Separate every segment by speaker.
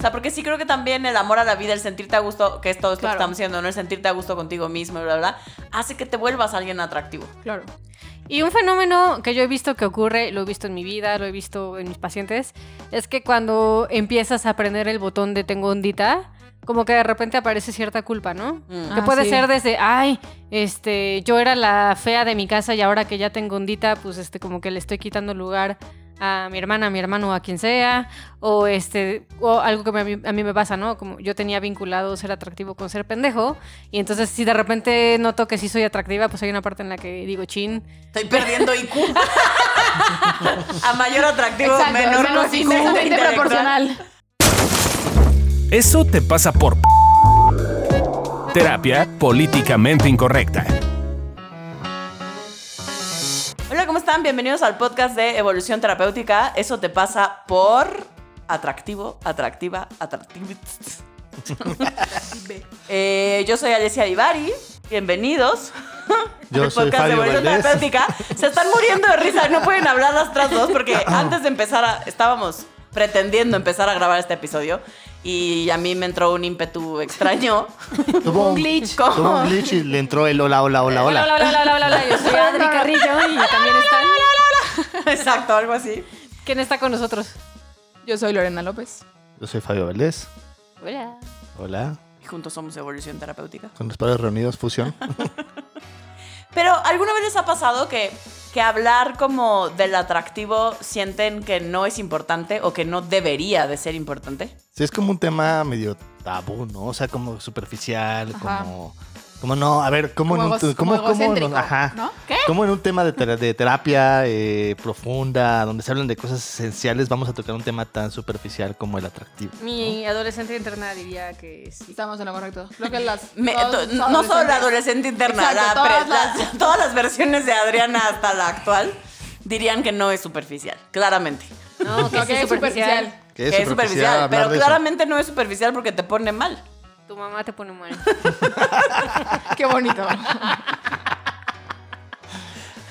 Speaker 1: sea, porque sí creo que también el amor a la vida, el sentirte a gusto, que es todo esto
Speaker 2: Claro.
Speaker 1: que estamos haciendo, ¿no? El sentirte a gusto contigo mismo, bla, bla, bla, hace que te vuelvas alguien atractivo.
Speaker 2: Claro. Y un fenómeno que yo he visto que ocurre, lo he visto en mi vida, lo he visto en mis pacientes, es que cuando empiezas a aprender el botón de tengo ondita, como que de repente aparece cierta culpa, ¿no?
Speaker 1: Mm.
Speaker 2: Que
Speaker 3: Ah,
Speaker 2: puede
Speaker 3: sí.
Speaker 2: ser desde, ay, este, yo era la fea de mi casa y ahora que ya tengo ondita, pues este, como que le estoy quitando lugar a mi hermana, a mi hermano, a quien sea, o este, o algo que me- a mí, a mí me pasa, ¿no? Como yo tenía vinculado ser atractivo con ser pendejo, y entonces si de repente noto que sí soy atractiva, pues hay una parte en la que digo, chin,
Speaker 1: Estoy perdiendo IQ. a mayor atractivo,
Speaker 3: Exacto,
Speaker 1: menor
Speaker 3: menos
Speaker 1: cociente
Speaker 3: inversamente
Speaker 1: intelectual.
Speaker 3: proporcional.
Speaker 4: Eso te pasa por p- terapia políticamente incorrecta.
Speaker 1: Hola, ¿cómo están? Bienvenidos al podcast de Evolución Terapéutica. Eso te pasa por atractivo, atractiva, atractivo. Eh, yo soy Alessia Divari. Bienvenidos.
Speaker 5: Yo
Speaker 1: al
Speaker 5: soy
Speaker 1: podcast de
Speaker 5: Fabio
Speaker 1: Evolución
Speaker 5: Valdés.
Speaker 1: Terapéutica. Se están muriendo de risa, no pueden hablar las otras dos porque antes de empezar a- estábamos pretendiendo empezar a grabar este episodio y a mí me entró un ímpetu extraño.
Speaker 5: Tuvo un
Speaker 3: glitch.
Speaker 1: ¿Cómo?
Speaker 5: Tuvo un glitch y le entró el hola, hola, hola, hola.
Speaker 2: hola, hola, hola, hola, hola, yo soy Adri Carrillo y también están,
Speaker 1: Exacto, algo así.
Speaker 2: ¿quién está con nosotros?
Speaker 3: Yo soy Lorena López.
Speaker 5: Yo soy Fabio Valdés.
Speaker 2: Hola.
Speaker 5: Hola.
Speaker 1: Y juntos somos Evolución Terapéutica.
Speaker 5: Con los padres reunidos, fusión.
Speaker 1: Pero ¿alguna vez les ha pasado que, que hablar como del atractivo sienten que no es importante o que no debería de ser importante?
Speaker 5: Sí, es como un tema medio tabú, ¿no? O sea, como superficial,
Speaker 3: Ajá.
Speaker 5: como... Como no, a ver, ¿cómo en un...
Speaker 3: egos-
Speaker 5: cómo- cómo en un-
Speaker 3: egocéntrico,
Speaker 5: ajá.
Speaker 3: ¿no?
Speaker 5: Como en un tema de, tera- de terapia eh, profunda, donde se hablan de cosas esenciales, vamos a tocar un tema tan superficial como el atractivo.
Speaker 2: Mi adolescente interna diría que sí.
Speaker 3: Estamos en lo correcto. Creo que las.
Speaker 1: Me-
Speaker 3: todos-
Speaker 1: to- no solo la
Speaker 3: adolescentes-
Speaker 1: adolescente interna, la
Speaker 3: Exacto,
Speaker 1: pre-
Speaker 3: todas las-
Speaker 1: las- todas las versiones de Adriana hasta la actual dirían que no es superficial, claramente.
Speaker 2: No,
Speaker 3: No, que es superficial.
Speaker 5: Que es
Speaker 1: Que
Speaker 5: superficial hablar
Speaker 1: pero
Speaker 5: de eso.
Speaker 1: claramente no es superficial porque te pone mal.
Speaker 2: Tu mamá te pone mal.
Speaker 3: Qué bonito.
Speaker 1: Pero,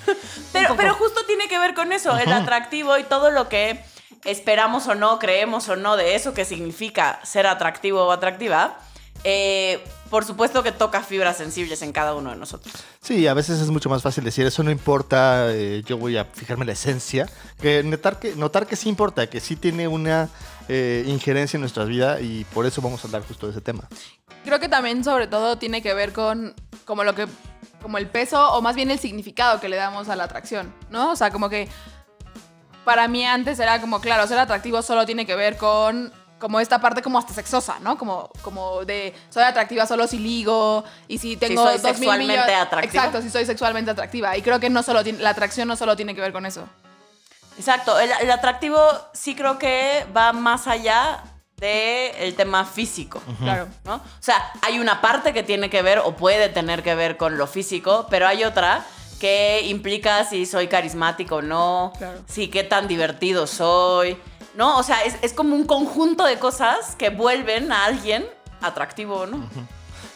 Speaker 2: poco.
Speaker 1: pero justo tiene que ver con eso, el atractivo y todo lo que esperamos o no, creemos o no de eso que significa ser atractivo o atractiva. eh, por supuesto que toca fibras sensibles en cada uno de nosotros.
Speaker 5: Sí, a veces es mucho más fácil decir eso no importa, eh, yo voy a fijarme en la esencia. Que notar que, notar que sí importa, que sí tiene una eh, injerencia en nuestra vida y por eso vamos a hablar justo de ese tema.
Speaker 3: Creo que también, sobre todo, tiene que ver con como lo que. como el peso o más bien el significado que le damos a la atracción, ¿no? O sea, como que. Para mí antes era como, claro, ser atractivo solo tiene que ver con como esta parte como hasta sexosa, ¿no? Como, como de soy atractiva solo si ligo y si tengo
Speaker 1: soy
Speaker 3: dos mil
Speaker 1: sexualmente
Speaker 3: millones-
Speaker 1: atractiva.
Speaker 3: Exacto, si soy sexualmente atractiva. Y creo que no solo tiene- la atracción no solo tiene que ver con eso.
Speaker 1: Exacto, el, el atractivo sí creo que va más allá del tema físico.
Speaker 3: Claro.
Speaker 1: ¿no? O sea, hay una parte que tiene que ver o puede tener que ver con lo físico, pero hay otra que implica si soy carismático o no,
Speaker 3: Claro.
Speaker 1: si qué tan divertido soy, ¿no? O sea, es, es como un conjunto de cosas que vuelven a alguien atractivo o no.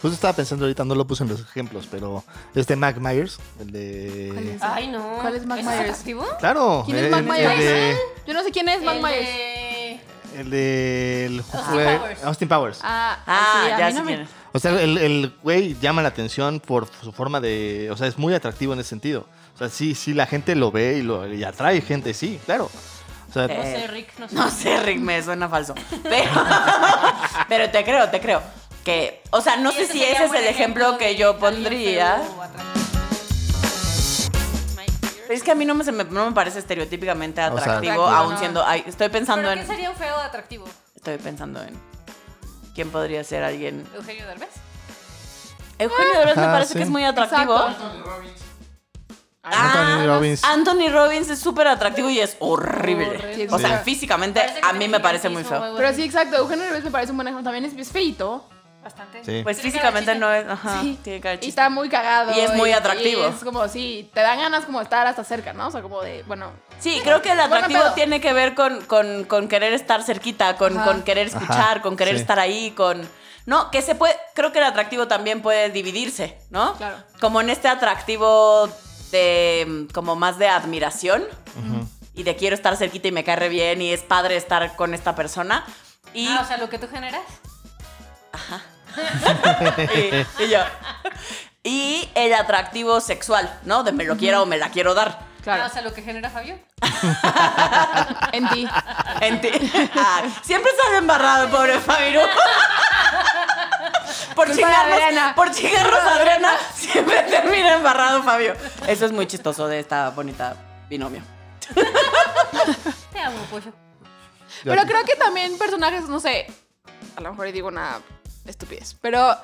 Speaker 5: Justo estaba pensando ahorita, no lo puse en los ejemplos, pero este Mac Myers, el de...
Speaker 3: ¿Cuál es?
Speaker 2: Ay, no.
Speaker 3: ¿Cuál es Mac
Speaker 2: es
Speaker 3: Myers?
Speaker 2: atractivo?
Speaker 5: Claro,
Speaker 3: ¿Quién es
Speaker 5: el,
Speaker 3: Mac
Speaker 5: el
Speaker 3: Myers?
Speaker 5: de,
Speaker 3: Yo no sé quién es Mac
Speaker 2: El
Speaker 3: Myers.
Speaker 2: de-
Speaker 5: el de- el-
Speaker 2: Powers.
Speaker 5: Austin Powers.
Speaker 3: Ah,
Speaker 1: Ah,
Speaker 3: sí, a
Speaker 1: ya
Speaker 3: mí
Speaker 1: sé
Speaker 3: no me-
Speaker 1: quién es.
Speaker 5: O sea, el, el güey llama la atención por su forma de... O sea, es muy atractivo en ese sentido. O sea, sí, sí, la gente lo ve y, lo, y atrae gente, sí, claro. O sea,
Speaker 1: Eh,
Speaker 2: No sé, Rick, no sé.
Speaker 1: No sé, Rick, me suena falso. Pero, pero te creo, te creo. Que, o sea, no
Speaker 2: Sí,
Speaker 1: sé si
Speaker 2: sería
Speaker 1: ese es
Speaker 2: buen
Speaker 1: el ejemplo
Speaker 2: de
Speaker 1: que yo
Speaker 2: alguien
Speaker 1: pondría.
Speaker 2: feo o atractivo. Mike Myers.
Speaker 1: Pero es que a mí no me, se me- no me parece estereotípicamente
Speaker 5: sea,
Speaker 1: atractivo,
Speaker 2: Atractivo,
Speaker 1: aún
Speaker 2: no.
Speaker 1: siendo... ay, estoy pensando
Speaker 2: ¿Pero
Speaker 1: en...
Speaker 2: qué sería un feo atractivo?
Speaker 1: Estoy pensando en quién podría ser alguien.
Speaker 2: ¿Eugenio Derbez?
Speaker 1: Eugenio Derbez me
Speaker 5: Ah,
Speaker 1: parece
Speaker 5: sí.
Speaker 1: que es muy atractivo. Ah,
Speaker 3: Exacto.
Speaker 5: Anthony Robbins.
Speaker 1: Anthony Robbins es súper atractivo y es horrible.
Speaker 2: Horrible.
Speaker 1: O sea,
Speaker 5: Sí.
Speaker 1: físicamente
Speaker 2: Parece que
Speaker 1: a mí
Speaker 2: tiene
Speaker 1: me parece muy
Speaker 2: gigantismo,
Speaker 1: feo.
Speaker 3: Pero sí, exacto. Eugenio Derbez me parece un buen ejemplo. También es, es feito.
Speaker 2: Bastante.
Speaker 5: Sí.
Speaker 1: Pues
Speaker 2: Tiene
Speaker 1: físicamente
Speaker 2: cara de
Speaker 1: no es. Ajá,
Speaker 3: Sí.
Speaker 1: tiene cara de
Speaker 3: Y
Speaker 1: chiste.
Speaker 3: está muy cagado.
Speaker 1: Y es muy atractivo.
Speaker 3: y es como, sí, te dan ganas como de estar hasta cerca, ¿no? O sea, como de, bueno,
Speaker 1: Sí, creo que el
Speaker 3: Buen
Speaker 1: atractivo
Speaker 3: pedo.
Speaker 1: tiene que ver con, con- con querer estar cerquita, con,
Speaker 3: Ajá.
Speaker 1: con querer escuchar,
Speaker 5: Ajá,
Speaker 1: con querer
Speaker 5: sí.
Speaker 1: estar ahí, con... No, que se puede... Creo que el atractivo también puede dividirse, ¿no?
Speaker 3: Claro.
Speaker 1: Como en este atractivo de... mm, como más de admiración y de quiero estar cerquita y me cae re bien y es padre estar con esta persona. Y,
Speaker 2: Ah, o sea, lo que tú generas.
Speaker 1: y- y yo. Y el atractivo sexual, ¿no? De me lo quiera o me la quiero dar.
Speaker 2: Ah, o
Speaker 3: Claro.
Speaker 2: sea, lo que genera Fabio.
Speaker 3: En ti.
Speaker 1: En ti. Ah, siempre estás embarrado, pobre Fabiru. Por
Speaker 3: Culpa de
Speaker 1: chingarnos,
Speaker 3: Adriana.
Speaker 1: por chingarnos a Adriana, siempre termina embarrado Fabio. Eso es muy chistoso de esta bonita binomio.
Speaker 2: Te amo, pollo.
Speaker 3: Pero creo que también personajes, no sé, a lo mejor digo una estupidez, pero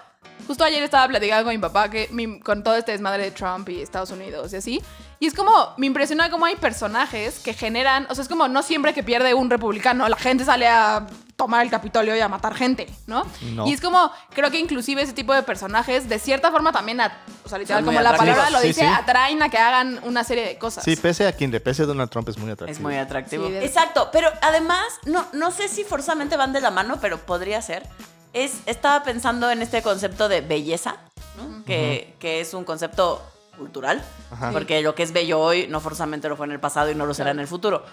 Speaker 3: justo ayer estaba platicando con mi papá que mi- con todo este desmadre de Trump y Estados Unidos y así, y es como, me impresiona cómo hay personajes que generan, o sea, es como no siempre que pierde un republicano, la gente sale a tomar el Capitolio y a matar gente, ¿no?
Speaker 5: No.
Speaker 3: Y es como, creo que inclusive ese tipo de personajes, de cierta forma también, a- o sea, literal,
Speaker 1: Son muy
Speaker 3: como la
Speaker 1: atractivos.
Speaker 3: palabra lo
Speaker 5: Sí,
Speaker 3: dice,
Speaker 5: sí.
Speaker 3: atraen a que hagan una serie de cosas.
Speaker 5: Sí, pese a quien le pese, Donald Trump es muy atractivo.
Speaker 1: Es muy atractivo.
Speaker 3: Sí, de-
Speaker 1: Exacto, pero además, no, no sé si forzosamente van de la mano, pero podría ser. Es, estaba pensando en este concepto de belleza, ¿no? que, que es un concepto cultural,
Speaker 5: Ajá.
Speaker 1: porque lo que es bello hoy no forzosamente lo fue en el pasado y no lo será en el futuro.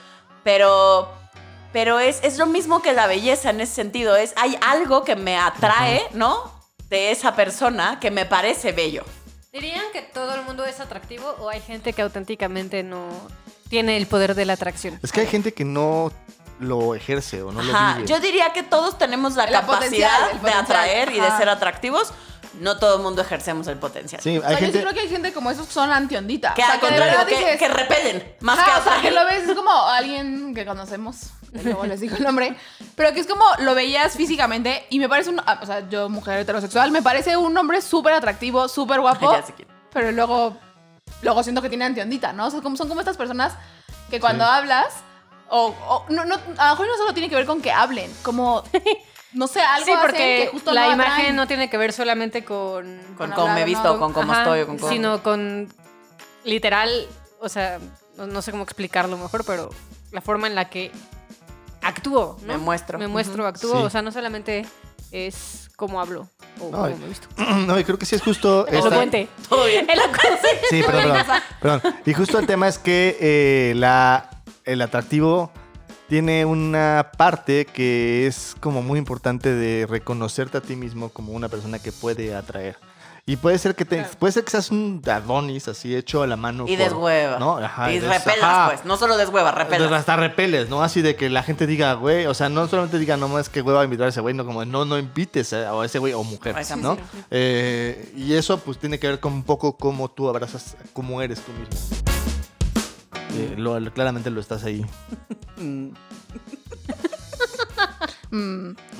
Speaker 1: Pero, pero es, es lo mismo que la belleza en ese sentido. Es, hay algo que me atrae, ¿no? De esa persona que me parece bello.
Speaker 2: ¿Dirían que todo el mundo es atractivo o hay gente que auténticamente no tiene el poder de la atracción?
Speaker 5: Es que hay gente que no lo ejerce o no
Speaker 1: Ajá,
Speaker 5: lo vive.
Speaker 1: Yo diría que todos tenemos la,
Speaker 3: La
Speaker 1: capacidad
Speaker 3: potencial, el
Speaker 1: de
Speaker 3: potencial,
Speaker 1: atraer y de
Speaker 3: ajá.
Speaker 1: ser atractivos. No todo el mundo ejercemos el potencial.
Speaker 5: Sí, hay
Speaker 3: O sea,
Speaker 5: gente.
Speaker 3: yo sí creo que hay gente como esos que son antiondita.
Speaker 1: Que
Speaker 3: O sea,
Speaker 1: al
Speaker 3: de
Speaker 1: contrario,
Speaker 3: verdad
Speaker 1: que,
Speaker 3: dices,
Speaker 1: que repelen más
Speaker 3: Ajá,
Speaker 1: que
Speaker 3: o sea, que lo
Speaker 1: atraen.
Speaker 3: ves es como alguien que conocemos, que luego les digo el nombre, pero que es como lo veías físicamente y me parece un, ah, o sea, yo mujer heterosexual, me parece un hombre súper atractivo, súper guapo,
Speaker 1: Ya sé quién.
Speaker 3: pero luego, luego siento que tiene antiondita, ¿no? O sea, como, son como estas personas que cuando
Speaker 5: Sí.
Speaker 3: hablas, o, o- no, no, a lo mejor no solo tiene que ver con que hablen, como, no sé, algo
Speaker 2: sí,
Speaker 3: hacen
Speaker 2: porque
Speaker 3: que justo
Speaker 2: la
Speaker 3: no
Speaker 2: imagen
Speaker 3: atraen.
Speaker 2: no tiene que ver solamente con...
Speaker 1: Con
Speaker 3: Con
Speaker 1: cómo me he
Speaker 3: hablar,
Speaker 1: visto,
Speaker 3: ¿no?
Speaker 1: o con cómo
Speaker 2: Ajá,
Speaker 1: estoy, o con cómo.
Speaker 2: Sino con literal, o sea, no, no sé cómo explicarlo mejor, pero la forma en la que actúo. ¿no?
Speaker 1: Me muestro.
Speaker 2: Me muestro, actúo.
Speaker 5: Sí.
Speaker 2: O sea, no solamente es cómo hablo o
Speaker 5: Ay.
Speaker 2: cómo me he visto.
Speaker 1: este.
Speaker 5: No, y creo que sí es justo. esta-
Speaker 2: Elocuente.
Speaker 1: Todo bien.
Speaker 2: Elocuente.
Speaker 5: Sí, perdón, perdón, perdón. Y justo el tema es que eh, la, el atractivo tiene una parte que es como muy importante de reconocerte a ti mismo como una persona que puede atraer. Y puede ser que te, puede ser que seas un Adonis así hecho a la mano.
Speaker 1: Y
Speaker 5: por-
Speaker 1: deshueva.
Speaker 5: ¿no? Ajá,
Speaker 1: y
Speaker 5: des-
Speaker 1: repelas,
Speaker 5: ajá.
Speaker 1: pues. No solo deshueva,
Speaker 5: Entonces,
Speaker 1: repelas.
Speaker 5: Hasta repeles, ¿no? Así de que la gente diga, güey, o sea, no solamente diga, no más que güey va a invitar a ese güey, no como, no, no invites a a ese güey o mujer,
Speaker 1: A esa
Speaker 5: ¿no?
Speaker 1: mujer.
Speaker 5: Eh, y eso pues tiene que ver con un poco cómo tú abrazas, cómo eres tú mismo. Eh, lo- lo- claramente lo estás ahí.
Speaker 3: Mm.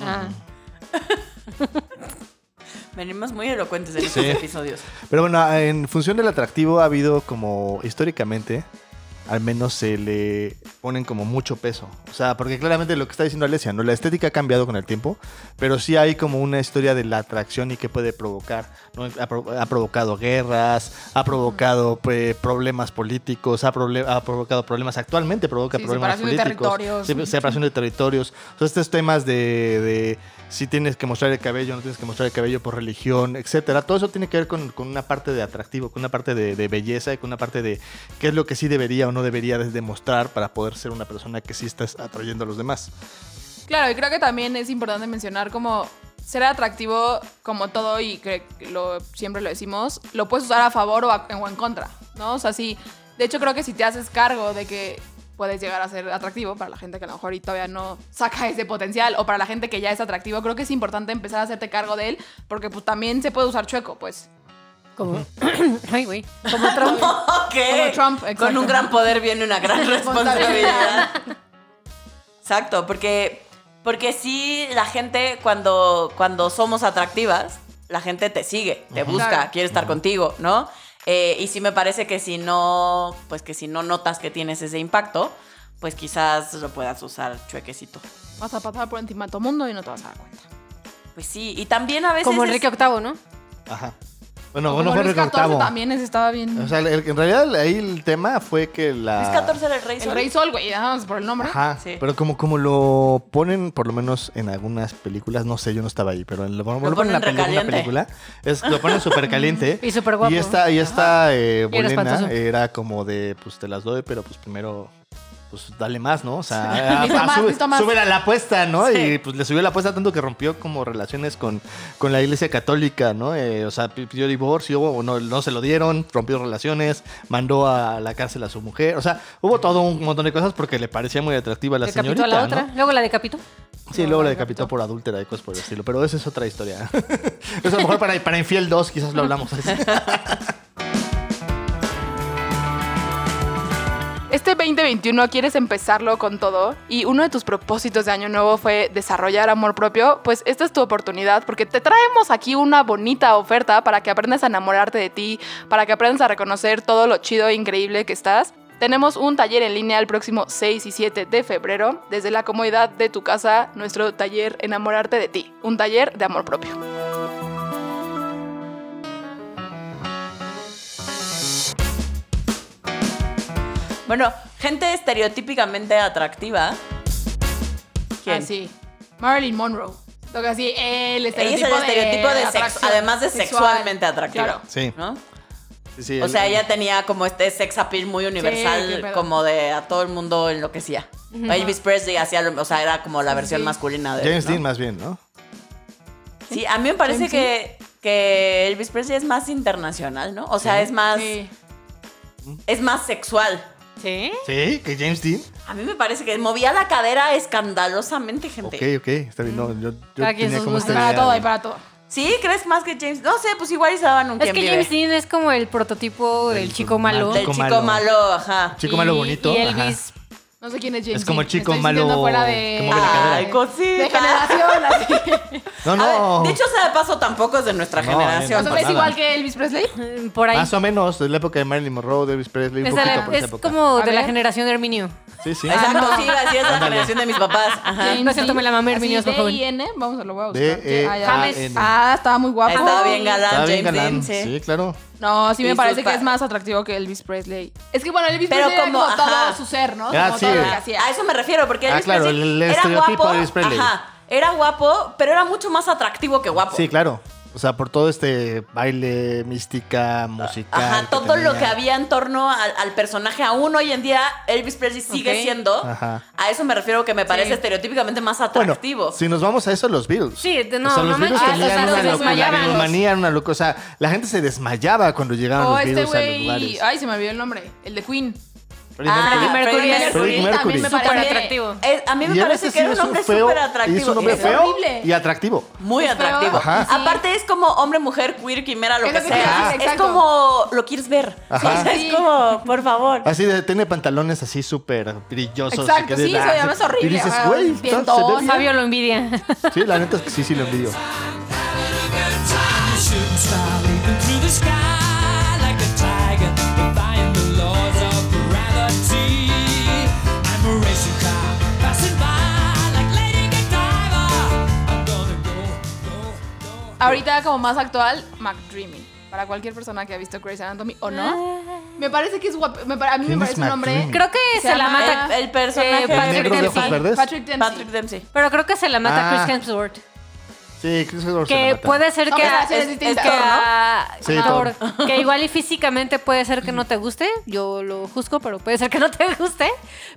Speaker 2: Ah.
Speaker 1: Venimos muy elocuentes en
Speaker 5: Sí.
Speaker 1: estos episodios.
Speaker 5: Pero bueno, en función del atractivo ha habido como históricamente, al menos se le ponen como mucho peso. O sea, porque claramente lo que está diciendo Alesia, ¿no? La estética ha cambiado con el tiempo, pero sí hay como una historia de la atracción y que puede provocar. ¿no? Ha, pro- ha provocado guerras, ha provocado pues, problemas políticos, ha, prole- ha provocado problemas. Actualmente provoca
Speaker 3: Sí,
Speaker 5: problemas
Speaker 3: separación de
Speaker 5: políticos.
Speaker 3: territorios.
Speaker 5: Se- separación de territorios. O sea, estos temas de, de si tienes que mostrar el cabello, no tienes que mostrar el cabello por religión, etcétera. Todo eso tiene que ver con, con una parte de atractivo, con una parte de, de belleza y con una parte de qué es lo que sí debería o no debería de demostrar para poder ser una persona que sí estás atrayendo a los demás.
Speaker 3: Claro, y creo que también es importante mencionar como ser atractivo como todo y que lo, siempre lo decimos, lo puedes usar a favor o, a- o en contra, ¿no? O sea, sí, de hecho creo que si te haces cargo de que puedes llegar a ser atractivo para la gente que a lo mejor y todavía no saca ese potencial o para la gente que ya es atractivo, creo que es importante empezar a hacerte cargo de él porque pues también se puede usar chueco, pues.
Speaker 2: Como... Ay, güey.
Speaker 3: Como Trump.
Speaker 1: Ok.
Speaker 3: Como Trump,
Speaker 1: Eh, Con
Speaker 3: exacto.
Speaker 1: un gran poder viene una gran responsabilidad. Exacto, porque, porque sí, la gente, cuando, cuando somos atractivas, la gente te sigue, te busca,
Speaker 3: Claro.
Speaker 1: quiere estar contigo, ¿no? Eh, y sí me parece que si no, pues que si no notas que tienes ese impacto, pues quizás lo puedas usar chuequecito.
Speaker 3: Vas a pasar por encima de todo mundo y no te vas a dar cuenta.
Speaker 1: Pues sí, y también a veces...
Speaker 2: Como
Speaker 1: es-
Speaker 2: Enrique VIII, ¿no?
Speaker 5: Ajá. Bueno,
Speaker 3: Como
Speaker 5: bueno, fue
Speaker 3: Luis
Speaker 5: Enrique
Speaker 3: XIV
Speaker 5: VIII.
Speaker 3: también ese estaba bien.
Speaker 5: O sea, el- en realidad ahí el tema fue que la...
Speaker 1: Luis XIV era el rey.
Speaker 3: el
Speaker 1: Sol.
Speaker 3: Rey Sol, güey, ajá, por el nombre.
Speaker 5: Ajá,
Speaker 1: Sí.
Speaker 5: pero como, como lo ponen, por lo menos en algunas películas, no sé, yo no estaba ahí, pero lo, lo ponen en la
Speaker 1: ponen
Speaker 5: peli- una
Speaker 1: recaliente.
Speaker 5: película, es, lo ponen súper caliente.
Speaker 2: Y superguapo.
Speaker 5: Y esta, y esta eh,
Speaker 2: Y era
Speaker 5: bolena
Speaker 2: espantoso.
Speaker 5: era como de, pues te las doy, pero pues primero pues dale más, ¿no? O sea,
Speaker 3: Necesito
Speaker 5: ah,
Speaker 3: más,
Speaker 5: sube-
Speaker 3: necesito más.
Speaker 5: súbele a la apuesta, ¿no?
Speaker 1: Sí.
Speaker 5: Y pues le subió la apuesta tanto que rompió como relaciones con, con la iglesia católica, ¿no? Eh, o sea, pi- pidió divorcio, o no, no se lo dieron, rompió relaciones, mandó a la cárcel a su mujer. O sea, hubo todo un montón de cosas porque le parecía muy atractiva la
Speaker 2: Decapitó
Speaker 5: señorita.
Speaker 2: a la otra.
Speaker 5: ¿no?
Speaker 2: Luego la decapitó.
Speaker 5: Sí, luego la decapitó por adúltera y cosas por el estilo. Pero esa es otra historia. Eso a lo mejor para, para Infiel 2 quizás lo hablamos.
Speaker 3: Este 2021 quieres empezarlo con todo y uno de tus propósitos de año nuevo fue desarrollar amor propio, pues esta es tu oportunidad porque te traemos aquí una bonita oferta para que aprendas a enamorarte de ti, para que aprendas a reconocer todo lo chido e increíble que estás. Tenemos un taller en línea el próximo 6 y 7 de febrero, desde la comodidad de tu casa, nuestro taller Enamorarte de ti, un taller de amor propio.
Speaker 1: Bueno, gente estereotípicamente atractiva. ¿Quién?
Speaker 3: Así. Marilyn Monroe. Lo que así, el
Speaker 1: Ella es el estereotipo de, sex-
Speaker 3: atracción
Speaker 1: además de
Speaker 3: sexual.
Speaker 1: sexualmente atractiva.
Speaker 3: Claro.
Speaker 5: Sí.
Speaker 1: ¿No?
Speaker 5: Sí, sí,
Speaker 1: O
Speaker 5: el-
Speaker 1: sea, ella tenía como este sex appeal muy
Speaker 3: Sí, qué
Speaker 1: universal,
Speaker 3: pedo.
Speaker 1: como de a todo el mundo enloquecía. Elvis Presley hacía lo, o sea, era como la versión
Speaker 3: sí.
Speaker 1: masculina de él,
Speaker 5: James
Speaker 1: ¿no?
Speaker 5: Dean más bien, ¿no?
Speaker 1: Sí, a mí me parece
Speaker 3: James
Speaker 1: que, que Elvis Presley es más internacional, ¿no? O sea, es más
Speaker 3: Sí.
Speaker 1: es más sexual.
Speaker 2: Sí.
Speaker 5: Sí, que James Dean.
Speaker 1: A mí me parece que movía la cadera escandalosamente, gente.
Speaker 5: Ok, ok, está bien.
Speaker 1: Mm.
Speaker 5: No, yo, yo
Speaker 2: Cada quien
Speaker 5: tenía
Speaker 2: sus
Speaker 5: como
Speaker 2: gustos.
Speaker 5: esta
Speaker 3: Para
Speaker 5: idea
Speaker 3: todo,
Speaker 5: de-
Speaker 3: hay para todo.
Speaker 1: ¿Sí? ¿Crees más que James? No sé, pues igual y se daban un
Speaker 2: Es
Speaker 1: quien
Speaker 2: que
Speaker 1: vive.
Speaker 2: James Dean es como el prototipo del
Speaker 5: Del
Speaker 2: chico malo.
Speaker 1: Del
Speaker 5: Chico
Speaker 1: chico
Speaker 5: malo.
Speaker 1: malo, ajá.
Speaker 5: Chico malo
Speaker 2: Y-
Speaker 5: bonito.
Speaker 2: Y
Speaker 5: ajá.
Speaker 2: Elvis.
Speaker 3: No sé quién es James
Speaker 5: Es como
Speaker 3: Dean.
Speaker 5: chico
Speaker 3: Estoy sintiendo
Speaker 5: malo
Speaker 3: fuera
Speaker 5: que
Speaker 3: de...
Speaker 5: mueve la cadera.
Speaker 1: Ay, cosita.
Speaker 3: De generación, así.
Speaker 5: No,
Speaker 1: A
Speaker 5: no.
Speaker 1: ver, dicho sea de paso, tampoco es de nuestra
Speaker 5: No,
Speaker 1: generación.
Speaker 3: O
Speaker 5: eh,
Speaker 3: sea, ¿Es
Speaker 5: Pasada.
Speaker 3: igual que Elvis Presley?
Speaker 2: eh, Por ahí.
Speaker 5: Más o menos, de la época de Marilyn Monroe, Davis Presley, un
Speaker 2: es de
Speaker 5: poquito
Speaker 2: la-
Speaker 5: por esa
Speaker 2: es
Speaker 5: época.
Speaker 2: como
Speaker 3: A
Speaker 2: de la
Speaker 3: ver.
Speaker 2: generación de Herminio.
Speaker 5: Sí, sí.
Speaker 1: Exacto, sí, así es la generación de mis papás. Ajá.
Speaker 2: Ah, no es cierto, me la mamé, Herminio es más joven.
Speaker 3: N, eh, vamos a lo voy a buscar.
Speaker 5: D, E,
Speaker 3: Ah, ya.
Speaker 5: A,
Speaker 2: James.
Speaker 5: N.
Speaker 3: Ah, estaba muy guapo.
Speaker 1: Estaba bien galán
Speaker 5: Estaba
Speaker 1: James
Speaker 5: bien galán.
Speaker 1: Dean, sí.
Speaker 5: Sí, claro.
Speaker 3: No, sí
Speaker 1: Y
Speaker 3: me
Speaker 1: sus
Speaker 3: parece que
Speaker 1: pa-
Speaker 3: es más atractivo que Elvis Presley. Es que bueno, Elvis
Speaker 1: Pero
Speaker 3: Presley
Speaker 1: como,
Speaker 3: era como
Speaker 1: ajá.
Speaker 3: todo su ser, ¿no?
Speaker 5: Ah,
Speaker 3: como
Speaker 5: sí.
Speaker 3: todo lo que
Speaker 1: Ah,
Speaker 3: hacía.
Speaker 1: A eso me refiero, porque
Speaker 5: Ah,
Speaker 1: Elvis
Speaker 5: claro,
Speaker 1: Presley
Speaker 5: el- el
Speaker 1: era
Speaker 5: estereotipo
Speaker 1: guapo,
Speaker 5: de Elvis Presley.
Speaker 1: Ajá, era guapo, pero era mucho más atractivo que guapo.
Speaker 5: Sí, claro. O sea, por todo este baile, mística, musical.
Speaker 1: Ajá, todo lo
Speaker 5: tenía.
Speaker 1: que había en torno al, al personaje, aún hoy en día Elvis Presley sigue
Speaker 3: Ok.
Speaker 1: siendo.
Speaker 5: Ajá.
Speaker 1: A eso me refiero que me parece
Speaker 3: Sí.
Speaker 1: estereotípicamente más
Speaker 5: Bueno,
Speaker 1: atractivo.
Speaker 5: si nos vamos a eso, los Beatles.
Speaker 2: Sí, de- no,
Speaker 5: o sea, los
Speaker 2: no
Speaker 5: Beatles
Speaker 2: manches,
Speaker 5: tenían
Speaker 2: o sea,
Speaker 5: una
Speaker 2: los
Speaker 5: locura, la
Speaker 2: desmayaban.
Speaker 5: Beatlemanía era una locura. O sea, la gente se desmayaba cuando llegaban
Speaker 3: Oh,
Speaker 5: los
Speaker 3: este
Speaker 5: Beatles a los
Speaker 3: güey.
Speaker 5: lugares.
Speaker 3: Ay, se me olvidó el nombre. El de Queen.
Speaker 5: Freddie
Speaker 1: Ah,
Speaker 5: Mercury.
Speaker 1: Freddie
Speaker 2: Mercury es-
Speaker 1: Mercury.
Speaker 5: Freddie Mercury.
Speaker 3: También me parece
Speaker 2: Súper
Speaker 3: que-
Speaker 2: atractivo.
Speaker 1: Es- a mí me
Speaker 5: Y él
Speaker 1: parece
Speaker 5: ese
Speaker 1: que era un
Speaker 5: sí es
Speaker 1: hombre
Speaker 5: feo,
Speaker 1: súper
Speaker 5: Y es un
Speaker 1: atractivo.
Speaker 5: hombre
Speaker 1: Es
Speaker 5: feo
Speaker 3: horrible.
Speaker 5: y atractivo.
Speaker 1: Muy
Speaker 3: Es feo.
Speaker 1: atractivo.
Speaker 5: Ajá.
Speaker 3: Sí.
Speaker 1: Aparte es como hombre, mujer, queer, quimera, lo
Speaker 3: Es
Speaker 1: que
Speaker 3: lo que te iba a
Speaker 1: sea.
Speaker 3: decir,
Speaker 1: es
Speaker 3: exacto.
Speaker 1: como lo quieres ver.
Speaker 5: Ajá.
Speaker 1: O sea,
Speaker 3: Sí.
Speaker 1: Es como, por favor.
Speaker 5: Así de, tiene pantalones así súper brillosos.
Speaker 3: Exacto,
Speaker 5: así que
Speaker 3: sí,
Speaker 5: de-
Speaker 3: se llama, es horrible,
Speaker 5: Y dices,
Speaker 3: ajá,
Speaker 5: güey, está- se ve
Speaker 3: dientón,
Speaker 5: bien".
Speaker 2: Fabio lo envidia.
Speaker 5: Sí, la neta es que sí, sí lo envidio.
Speaker 3: Ahorita como más actual, McDreamy. Para cualquier persona que ha visto Grey's Anatomy o no. Me parece que es guapo. me pa- a mí me
Speaker 5: ¿Quién es
Speaker 3: parece un hombre...
Speaker 5: McDreamy?
Speaker 2: Ah. Creo
Speaker 3: Se
Speaker 2: que se,
Speaker 3: llama-
Speaker 2: la mata.
Speaker 1: El, el personaje
Speaker 2: Eh, Patrick
Speaker 5: negro de ojos
Speaker 2: Dempsey.
Speaker 5: verdes?
Speaker 3: Patrick Dempsey.
Speaker 1: Patrick Dempsey.
Speaker 2: Pero creo que se la mata
Speaker 5: Ah.
Speaker 2: Chris Hemsworth.
Speaker 5: Sí, Chris Hemsworth se la
Speaker 2: Que
Speaker 5: mata.
Speaker 2: puede ser
Speaker 3: No,
Speaker 2: que,
Speaker 3: pero
Speaker 2: a-
Speaker 3: así es
Speaker 2: es-
Speaker 3: distinto,
Speaker 2: es que,
Speaker 3: ¿no?
Speaker 2: a-
Speaker 5: Sí,
Speaker 2: Thor,
Speaker 5: Thor.
Speaker 2: Ah, que igual y físicamente puede ser que no te guste, yo lo juzgo, pero puede ser que no te guste,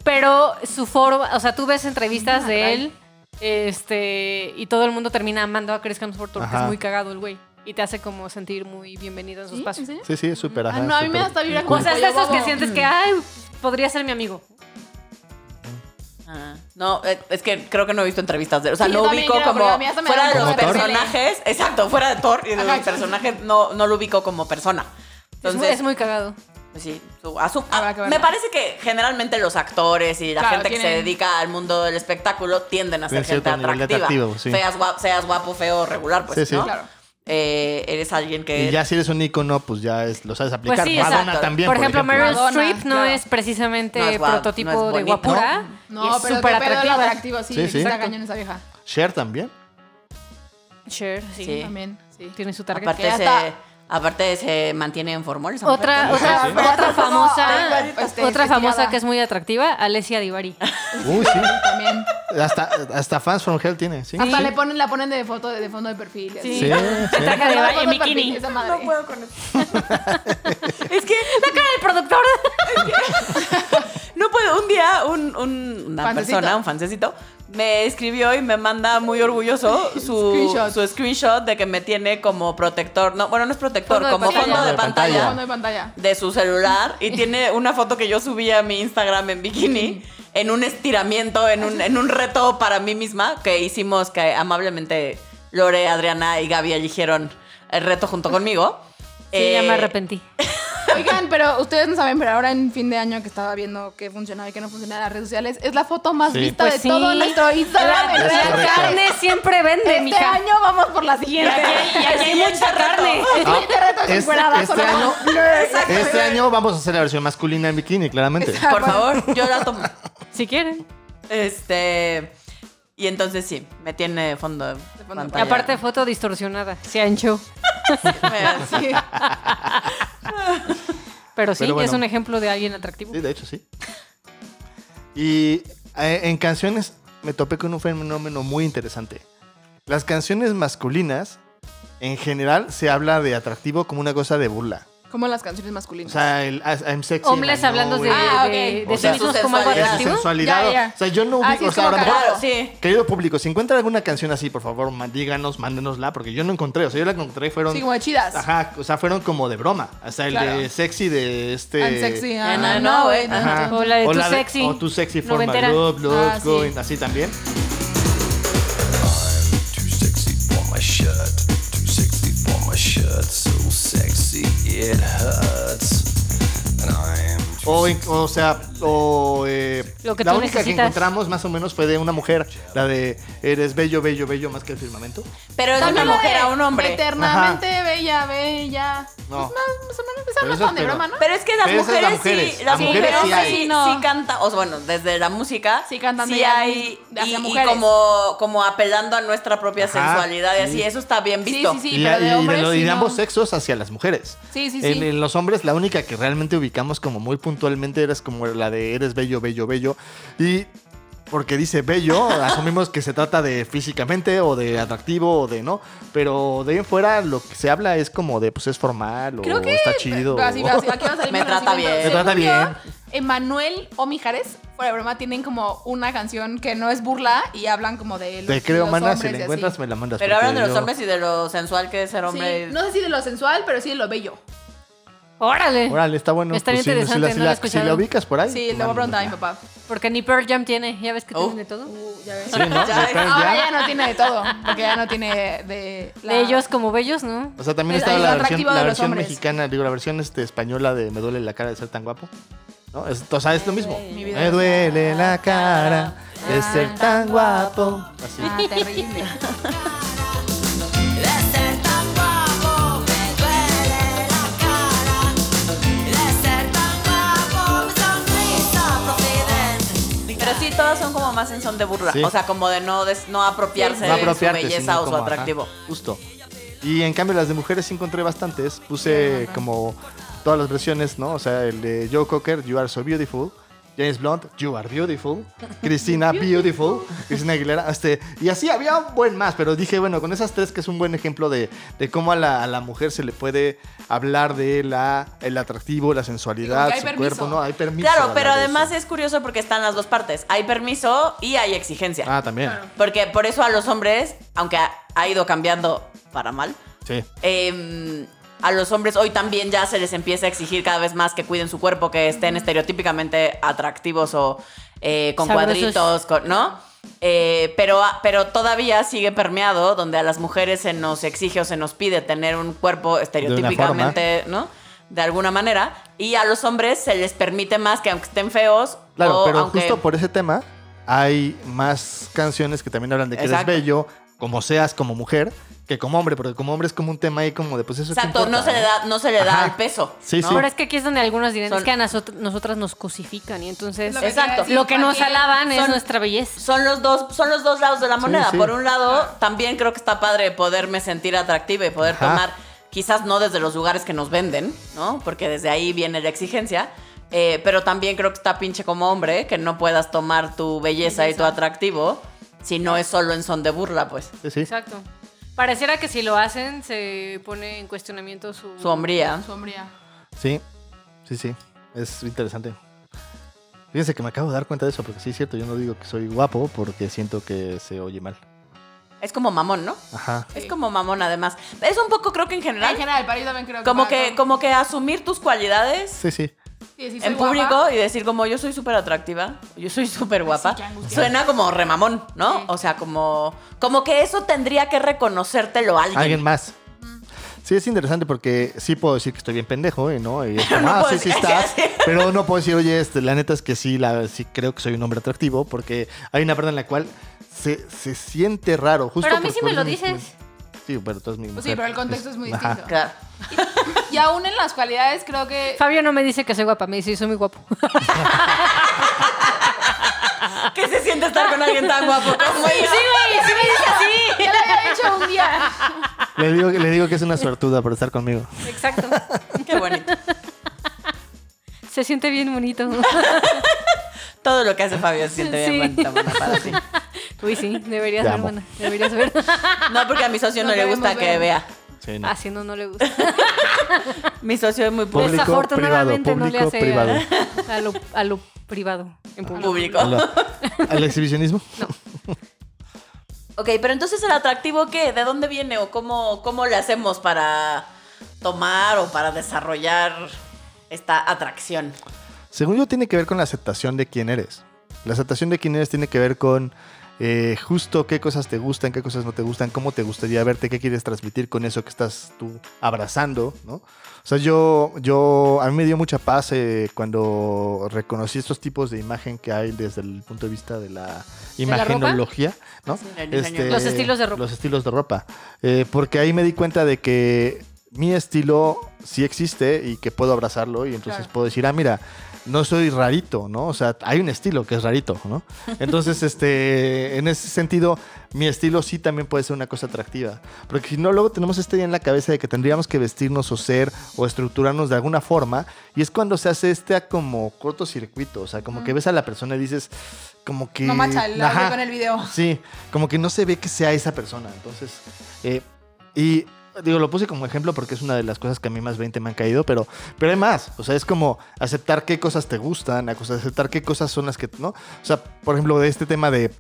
Speaker 2: pero su forma, o sea, tú ves
Speaker 3: Ah,
Speaker 2: entrevistas de él, este, y todo el mundo termina amando a Chris Hemsworth porque
Speaker 5: Ajá.
Speaker 2: es muy cagado el güey y te hace como sentir muy bienvenido en su
Speaker 3: ¿Sí?
Speaker 2: espacio.
Speaker 3: ¿En serio?
Speaker 5: Sí, sí, es súper.
Speaker 3: Ah,
Speaker 5: ajá,
Speaker 3: no, a mí me
Speaker 5: súper
Speaker 3: da hasta vibra
Speaker 5: cool.
Speaker 2: O sea, es de esos que
Speaker 3: Mm.
Speaker 2: sientes que, ay, podría ser mi amigo.
Speaker 1: Ah, no, eh, es que creo que no he visto entrevistas de él. O sea,
Speaker 3: Sí,
Speaker 1: lo
Speaker 3: yo también
Speaker 1: ubico
Speaker 3: creo,
Speaker 1: como
Speaker 3: porque a mí hasta me
Speaker 1: fuera
Speaker 3: da
Speaker 1: de los
Speaker 5: como Thor.
Speaker 1: personajes. Exacto, fuera de Thor y de
Speaker 3: Ajá.
Speaker 1: los personajes no, no lo ubico como persona.
Speaker 2: Es muy-
Speaker 1: Entonces,
Speaker 2: es muy cagado.
Speaker 1: pues sí, su- a su-
Speaker 3: Habrá
Speaker 1: ah,
Speaker 3: que verlo.
Speaker 1: me parece que generalmente los actores y la
Speaker 3: Claro,
Speaker 1: gente que se
Speaker 3: tienen-
Speaker 1: dedica al mundo del espectáculo tienden a ser
Speaker 5: Tienen cierto
Speaker 1: gente
Speaker 5: nivel de
Speaker 1: atractiva.
Speaker 5: atractivo, sí.
Speaker 1: seas, guapo, seas guapo, feo, regular, pues,
Speaker 5: Sí, sí.
Speaker 1: ¿no?
Speaker 3: Claro.
Speaker 1: Eh, eres alguien que...
Speaker 5: Y ya si eres un ícono, pues ya es- lo sabes aplicar.
Speaker 2: Pues sí, exacto.
Speaker 5: Madonna también,
Speaker 2: por, ejemplo, Meryl
Speaker 3: Madonna,
Speaker 2: Streep no
Speaker 3: claro.
Speaker 2: es precisamente
Speaker 1: No es guap-
Speaker 2: prototipo
Speaker 1: no es
Speaker 2: de
Speaker 1: bonita.
Speaker 2: guapura. y
Speaker 3: No,
Speaker 2: es
Speaker 3: pero
Speaker 2: súper
Speaker 3: qué pedo lo
Speaker 2: atractiva.
Speaker 3: atractivo, sí.
Speaker 5: Sí,
Speaker 3: sí,
Speaker 5: sí.
Speaker 3: Está
Speaker 5: Exacto.
Speaker 3: cañón esa vieja.
Speaker 5: Cher también.
Speaker 2: Cher, sí.
Speaker 1: Sí.
Speaker 3: También, sí.
Speaker 2: Tiene su target.
Speaker 1: Aparte
Speaker 3: ya
Speaker 1: se,
Speaker 3: está.
Speaker 1: aparte se mantiene en formol. esa mujer
Speaker 2: Otra,
Speaker 1: también.
Speaker 2: otra,
Speaker 5: Sí, sí.
Speaker 2: otra famosa, pues,
Speaker 3: Ay, este,
Speaker 2: otra famosa
Speaker 3: estirada.
Speaker 2: que es muy atractiva, Alessia Divari.
Speaker 5: Uy, sí.
Speaker 3: También.
Speaker 5: Hasta, hasta Fans from Hell tiene, sí.
Speaker 3: Hasta le ponen, la ponen de foto de fondo de perfil.
Speaker 5: Sí,
Speaker 3: así.
Speaker 5: sí.
Speaker 2: Traje de
Speaker 3: Foto
Speaker 2: baño en
Speaker 3: de perfil,
Speaker 2: bikini.
Speaker 3: esa madre.
Speaker 1: Es que
Speaker 2: La cara del productor.
Speaker 1: no puedo. Un día día un- un- una
Speaker 3: Fancecito.
Speaker 1: persona, un fancecito, me escribió y me manda muy orgulloso su
Speaker 3: Screenshot.
Speaker 1: screenshot, su screenshot de que me tiene como protector. No, bueno, no es protector,
Speaker 2: Fondo de
Speaker 1: como
Speaker 2: pantalla.
Speaker 1: fondo de
Speaker 5: Fondo de pantalla.
Speaker 1: pantalla
Speaker 3: Fondo de pantalla.
Speaker 1: de su celular y tiene una foto que yo subí a mi Instagram en bikini en un estiramiento, en un, en un reto para mí misma que hicimos que amablemente Lore, Adriana y Gaby eligieron el reto junto conmigo.
Speaker 2: Sí, ya me
Speaker 1: Eh,
Speaker 2: arrepentí.
Speaker 3: Oigan, pero ustedes no saben, pero ahora en fin de año que estaba viendo qué funcionaba y qué no funcionaba en las redes sociales, es la foto más
Speaker 5: Sí.
Speaker 3: vista
Speaker 2: Pues
Speaker 3: de
Speaker 2: sí.
Speaker 3: todo nuestro Instagram. en
Speaker 2: La,
Speaker 5: Es
Speaker 2: la
Speaker 3: redes
Speaker 5: correcto.
Speaker 2: carne
Speaker 3: sociales.
Speaker 2: siempre vende,
Speaker 3: Este
Speaker 2: mija.
Speaker 3: año vamos por la siguiente.
Speaker 1: Y aquí hay mucha carne.
Speaker 3: Este reto es
Speaker 5: Este-
Speaker 3: encuerada
Speaker 5: este
Speaker 3: con la-
Speaker 5: año-
Speaker 3: Exacto.
Speaker 5: Este año vamos a hacer la versión masculina en bikini, claramente.
Speaker 3: Exacto.
Speaker 1: Por favor, yo la tomo.
Speaker 2: Si quieren.
Speaker 1: Este. Y entonces sí, me tiene fondo de
Speaker 3: fondo.
Speaker 1: pantalla.
Speaker 2: Y aparte, foto distorsionada. Se ancho.
Speaker 1: Me- sí.
Speaker 2: Pero sí,
Speaker 5: Pero bueno.
Speaker 2: es un ejemplo de alguien atractivo.
Speaker 5: Sí, de hecho, sí. Y eh, en canciones me topé con un fenómeno muy interesante. Las canciones masculinas, en general, se habla de atractivo como una cosa de burla.
Speaker 3: Como las canciones
Speaker 5: O
Speaker 3: masculinas.
Speaker 5: sea, el as- I'm sexy.
Speaker 2: Hombres
Speaker 5: and I
Speaker 2: hablando
Speaker 5: know
Speaker 2: de,
Speaker 5: it.
Speaker 3: Ah,
Speaker 2: de-
Speaker 3: ok.
Speaker 2: de
Speaker 5: O
Speaker 2: sí
Speaker 5: sea,
Speaker 2: mismos
Speaker 1: su
Speaker 2: como algo
Speaker 5: Es
Speaker 1: sensualidad.
Speaker 2: atractivo.
Speaker 5: sensualidad.
Speaker 3: Ya, ya.
Speaker 5: O sea, yo no ubico.
Speaker 3: Ah, sí, es
Speaker 5: o sea,
Speaker 3: como
Speaker 5: a lo mejor-
Speaker 1: Claro, sí.
Speaker 5: Querido público, si encuentran alguna canción así, por favor, ma- díganos, mándenosla, porque yo no encontré. O sea, yo la encontré, fueron.
Speaker 3: Sí, como de chidas.
Speaker 5: Ajá, o sea, fueron como de broma. Hasta el
Speaker 3: Claro.
Speaker 5: de sexy de este.
Speaker 3: I'm sexy, Ah, and
Speaker 1: Ajá.
Speaker 3: I know it.
Speaker 5: Ajá.
Speaker 2: O la de Too Sexy.
Speaker 5: O tu sexy forma.
Speaker 2: Noventera.
Speaker 5: Love, love,
Speaker 3: Ah, sí.
Speaker 5: going. Así también.
Speaker 6: Too sexy for my shirt. Too sexy for my shirt. So sexy it hurts. And I am. too
Speaker 5: O, en- o sea, o. eh,
Speaker 2: Lo que
Speaker 5: la
Speaker 2: tú
Speaker 5: única que
Speaker 2: necesitas.
Speaker 5: encontramos más o menos fue de una mujer. La de Eres bello, bello, bello más que el firmamento.
Speaker 1: Pero es una
Speaker 3: También la
Speaker 1: mujer
Speaker 3: de
Speaker 1: a un hombre.
Speaker 3: Eternamente bella, bella.
Speaker 5: No.
Speaker 3: No. Pues más, más o menos
Speaker 5: Pero
Speaker 3: esa no es
Speaker 5: eso
Speaker 3: tan de
Speaker 5: es
Speaker 3: broma,
Speaker 5: pedo.
Speaker 3: ¿no?
Speaker 1: Pero es que las
Speaker 5: Pero esas
Speaker 1: mujeres,
Speaker 5: las mujeres.
Speaker 1: sí, las
Speaker 5: Las mujeres
Speaker 1: mujeres sí,
Speaker 5: sí hay.
Speaker 1: sí,
Speaker 3: No.
Speaker 1: cantan, o sea, bueno, desde la música
Speaker 3: Sí cantan
Speaker 1: sí
Speaker 3: ellas
Speaker 1: hay
Speaker 3: mismas,
Speaker 1: y,
Speaker 3: hacia
Speaker 1: y
Speaker 3: mujeres.
Speaker 1: como como apelando a nuestra propia
Speaker 5: Ajá,
Speaker 1: sensualidad y
Speaker 5: sí.
Speaker 1: así, eso está bien
Speaker 3: Sí,
Speaker 1: visto.
Speaker 3: sí, sí.
Speaker 5: y, la-
Speaker 3: pero de
Speaker 5: y
Speaker 3: hombres
Speaker 5: lo- y
Speaker 3: sí,
Speaker 5: de
Speaker 3: no.
Speaker 5: ambos sexos hacia las mujeres.
Speaker 3: Sí, sí,
Speaker 5: En,
Speaker 3: sí.
Speaker 5: en los hombres, la única que realmente ubicamos como muy puntualmente era como la de eres bello, bello, bello. Y porque dice bello, asumimos que se trata de físicamente o de atractivo o de no. Pero de ahí en fuera lo que se habla es como de pues es formal o
Speaker 3: Creo que
Speaker 5: está chido.
Speaker 3: Pero así,
Speaker 5: o-
Speaker 3: así, aquí va a salir
Speaker 1: Me
Speaker 3: mi
Speaker 1: trata
Speaker 3: conocimiento.
Speaker 1: bien.
Speaker 5: Me trata
Speaker 3: Según yo,
Speaker 5: bien.
Speaker 3: Emanuel o Mijares, fuera de broma, tienen como una canción que no es burla y hablan como de los-
Speaker 5: Te creo,
Speaker 3: los
Speaker 5: mana, si
Speaker 3: hombres y
Speaker 5: la
Speaker 3: así.
Speaker 5: encuentras me la mandas.
Speaker 1: Pero
Speaker 5: porque
Speaker 1: hablan de los
Speaker 5: yo-
Speaker 1: hombres y de lo sensual que es ser hombre.
Speaker 3: Sí, no sé si de lo sensual, pero sí de lo bello.
Speaker 2: Órale.
Speaker 5: Órale, está bueno.
Speaker 2: Está bien
Speaker 5: si- si la-
Speaker 2: interesante,
Speaker 5: si,
Speaker 2: no lo
Speaker 5: la,
Speaker 2: he escuchado.
Speaker 5: si la ubicas por ahí.
Speaker 3: Sí,
Speaker 5: pues,
Speaker 3: le voy a preguntar a mi
Speaker 5: mándanosla.
Speaker 3: papá.
Speaker 2: Porque ni Pearl Jam tiene. Ya ves que
Speaker 1: Oh.
Speaker 2: tienen de todo.
Speaker 3: Uh, ya ves.
Speaker 5: Sí, ¿no?
Speaker 1: Ya
Speaker 5: De
Speaker 1: ves.
Speaker 5: Pearl
Speaker 3: Ahora
Speaker 5: Jam.
Speaker 3: ya no tiene de todo, porque ya no tiene de la-
Speaker 2: De ellos como bellos, ¿no?
Speaker 5: O sea, también
Speaker 3: El-
Speaker 5: está
Speaker 3: el
Speaker 5: la versión,
Speaker 3: atractivo
Speaker 5: la
Speaker 3: de los
Speaker 5: versión
Speaker 3: hombres.
Speaker 5: mexicana, digo, la versión este, española de Me duele la cara de ser tan guapo. ¿No? Es- o sea, es lo mismo.
Speaker 3: Mi vida
Speaker 5: Me duele la cara de ser tan guapo. Así.
Speaker 3: Ah, terrible.
Speaker 1: Pero sí, todas son como más en son de burla.
Speaker 5: Sí.
Speaker 1: O sea, como de no, des- no apropiarse de
Speaker 5: No
Speaker 1: su
Speaker 5: apropiarte,
Speaker 1: belleza
Speaker 5: sino
Speaker 1: o su
Speaker 5: como, ajá,
Speaker 1: atractivo.
Speaker 5: justo. Y en cambio las de mujeres sí encontré bastantes. Puse como todas las versiones, ¿no? O sea, el de Joe Cocker, You Are So Beautiful. James Blunt, You Are Beautiful. Cristina, Beautiful. Cristina Aguilera. Este, y así había un buen más, pero dije, bueno, con esas tres que es un buen ejemplo de, de cómo a la, a la mujer se le puede hablar de la, el atractivo, la sensualidad,
Speaker 3: que hay
Speaker 5: su
Speaker 3: permiso.
Speaker 5: cuerpo, ¿no? Hay permiso. de
Speaker 1: Claro,
Speaker 5: hablar
Speaker 1: pero
Speaker 5: de
Speaker 1: además
Speaker 5: eso.
Speaker 1: es curioso porque están las dos partes. Hay permiso y hay exigencia.
Speaker 5: Ah, también.
Speaker 1: Porque por eso a los hombres, aunque ha, ha ido cambiando para mal,
Speaker 5: Sí.
Speaker 1: eh, a los hombres hoy también ya se les empieza a exigir cada vez más que cuiden su cuerpo, que estén estereotípicamente atractivos o eh, con
Speaker 2: Sabrosos.
Speaker 1: cuadritos, con- ¿no? Eh, pero, pero todavía sigue permeado donde a las mujeres se nos exige o se nos pide tener un cuerpo estereotípicamente, ¿no? De alguna manera. Y a los hombres se les permite más que aunque estén feos.
Speaker 5: Claro,
Speaker 1: o
Speaker 5: pero
Speaker 1: aunque-
Speaker 5: justo por ese tema hay más canciones que también hablan de que
Speaker 1: Exacto.
Speaker 5: eres bello, como seas como mujer, que como hombre, porque como hombre es como un tema ahí como de pues eso. qué
Speaker 1: Exacto, no
Speaker 5: importa,
Speaker 1: se le da, no se le da
Speaker 5: Ajá.
Speaker 1: el peso.
Speaker 5: Sí,
Speaker 1: ¿no?
Speaker 5: sí.
Speaker 2: Pero es que aquí es donde algunos dirán,
Speaker 1: Son-
Speaker 2: es que a nosot- nosotras nos cosifican y entonces...
Speaker 3: Lo
Speaker 1: que Exacto.
Speaker 2: Lo que nos
Speaker 3: Cualquier-
Speaker 2: alaban es
Speaker 1: son-
Speaker 2: nuestra belleza.
Speaker 1: Son los dos, son los dos lados de la moneda.
Speaker 5: sí. Ah.
Speaker 1: Por un lado, también creo que está padre poderme sentir atractiva y poder
Speaker 5: Ajá.
Speaker 1: tomar, quizás no desde los lugares que nos venden, ¿no? Porque desde ahí viene la exigencia. Eh, pero también creo que está pinche como hombre que no puedas tomar tu belleza y tu atractivo si no es solo en son de burla, pues.
Speaker 5: Sí, sí.
Speaker 2: Exacto. Pareciera que si lo hacen se pone en cuestionamiento su...
Speaker 1: Su hombría.
Speaker 3: Sombría.
Speaker 5: Sí, sí, sí. Es interesante. Fíjense que me acabo de dar cuenta de eso, porque sí es cierto, yo no digo que soy guapo porque siento que se oye mal.
Speaker 1: Es como mamón, ¿no?
Speaker 5: Ajá.
Speaker 1: Es como mamón, además. Es un poco, creo que en
Speaker 3: En
Speaker 1: general,
Speaker 3: general, para yo también creo que.
Speaker 1: como
Speaker 3: va
Speaker 1: que,
Speaker 3: con-
Speaker 1: como que asumir tus cualidades
Speaker 5: Sí, sí.
Speaker 3: Sí, sí, soy
Speaker 1: en
Speaker 3: guapa.
Speaker 1: público y decir como yo soy súper atractiva, yo soy súper guapa,
Speaker 3: qué angustia.
Speaker 1: suena como remamón, ¿no?
Speaker 3: Sí.
Speaker 1: O sea, como, como que eso tendría que reconocértelo a alguien.
Speaker 5: Alguien más. mm. Sí, es interesante porque sí puedo decir que estoy bien pendejo, ¿eh? ¿no? Y es
Speaker 1: Pero
Speaker 5: como,
Speaker 1: no
Speaker 5: ah,
Speaker 1: puedo
Speaker 5: sí, sí
Speaker 1: decir-
Speaker 5: estás. Pero no puedo decir, oye, este, la neta es que sí, la, sí creo que soy un hombre atractivo, porque hay una parte en la cual se, se siente raro. Justo
Speaker 2: Pero a mí sí
Speaker 5: porque
Speaker 2: me lo
Speaker 5: eres mi-
Speaker 2: dices.
Speaker 5: Sí, pero tú eres mi
Speaker 3: Pues
Speaker 5: mujer.
Speaker 3: sí, pero el contexto es muy
Speaker 5: Ajá.
Speaker 3: distinto.
Speaker 1: Claro.
Speaker 3: Y aún en las cualidades, creo que.
Speaker 2: Fabio no me dice que soy guapa, me dice soy muy guapo.
Speaker 1: ¿Qué se siente estar con alguien tan guapo como
Speaker 2: Sí,
Speaker 1: yo?
Speaker 2: güey, sí me dice
Speaker 3: Ya lo había hecho un día.
Speaker 5: Le digo, le digo que es una suertuda por estar conmigo.
Speaker 2: así. Exacto.
Speaker 1: Qué bonito.
Speaker 2: Se siente bien bonito.
Speaker 1: Todo lo que hace Fabio se siente bien
Speaker 2: Sí.
Speaker 1: bonita, buena para ti.
Speaker 2: Uy, sí, deberías
Speaker 5: Te
Speaker 2: ver,
Speaker 5: amo.
Speaker 2: mana. Deberías ver.
Speaker 1: No, porque a mi socio no,
Speaker 3: No
Speaker 1: le
Speaker 3: queremos
Speaker 1: gusta que
Speaker 3: ver.
Speaker 1: vea.
Speaker 5: Sí, no.
Speaker 2: Así Ah, no, no le gusta.
Speaker 1: Mi socio es muy pu-
Speaker 5: Público,
Speaker 2: Desafortunadamente
Speaker 5: privado,
Speaker 2: no le hace
Speaker 5: público,
Speaker 2: a- A, lo, a lo privado. En público.
Speaker 1: público.
Speaker 5: A la- ¿Al exhibicionismo?
Speaker 1: Ok, pero entonces el atractivo, ¿qué? ¿De dónde viene o cómo, cómo le hacemos para tomar o para desarrollar esta atracción?
Speaker 5: Según yo, tiene que ver con la aceptación de quién eres. La aceptación de quién eres tiene que ver con eh, justo qué cosas te gustan, qué cosas no te gustan, cómo te gustaría verte, qué quieres transmitir con eso que estás tú abrazando, ¿no? O sea, yo, yo, a mí me dio mucha paz eh, cuando reconocí estos tipos de imagen que hay desde el punto de vista de la
Speaker 2: la ropa?
Speaker 5: imagenología, ¿no? Este,
Speaker 1: el diseño.
Speaker 2: Los estilos de ropa.
Speaker 5: Los estilos de ropa. Eh, porque ahí me di cuenta de que mi estilo sí existe y que puedo abrazarlo y entonces
Speaker 3: Claro.
Speaker 5: puedo decir, ah, mira, no soy rarito, ¿no? O sea, hay un estilo que es rarito, ¿no? Entonces, este, en ese sentido, mi estilo sí también puede ser una cosa atractiva. Porque si no, luego tenemos esta idea en la cabeza de que tendríamos que vestirnos o ser o estructurarnos de alguna forma. Y es cuando se hace este como cortocircuito. O sea, como que ves a la persona y dices, como que...
Speaker 3: No macha, la
Speaker 5: Ajá.
Speaker 3: hablé con el video.
Speaker 5: Sí, como que no se ve que sea esa persona. Entonces, eh, y digo, lo puse como ejemplo porque es una de las cosas que a mí más 20 me han caído, pero, pero hay más. O sea, es como aceptar qué cosas te gustan, acos- aceptar qué cosas son las que, ¿no? O sea, por ejemplo, de este tema de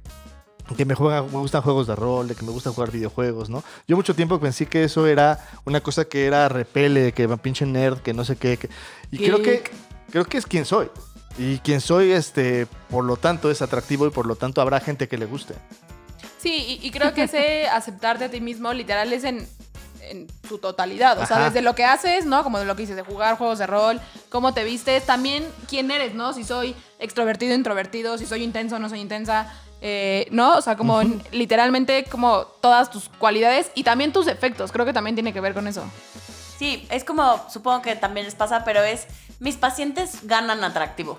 Speaker 5: que me, juega, me gustan juegos de rol, de que me gusta jugar videojuegos, ¿no? Yo mucho tiempo pensé que eso era una cosa que era repele, que me pinche nerd, que no sé qué. que- y creo que, creo que es quien soy. Y quien soy, este, por lo tanto, es atractivo y por lo tanto habrá gente que le guste.
Speaker 3: Sí, y, y creo que ese aceptarte a ti mismo literal es en, en su totalidad. O sea,
Speaker 5: Ajá.
Speaker 3: desde lo que haces, ¿no? Como de lo que dices, de jugar juegos de rol, cómo te vistes, también quién eres, ¿no? Si soy extrovertido, introvertido, si soy intenso, no soy intensa, eh, ¿no? O sea, como en- literalmente como todas tus cualidades y también tus defectos. Creo que también tiene que ver con eso.
Speaker 1: Sí, es como, supongo que también les pasa, pero es, mis pacientes ganan atractivo.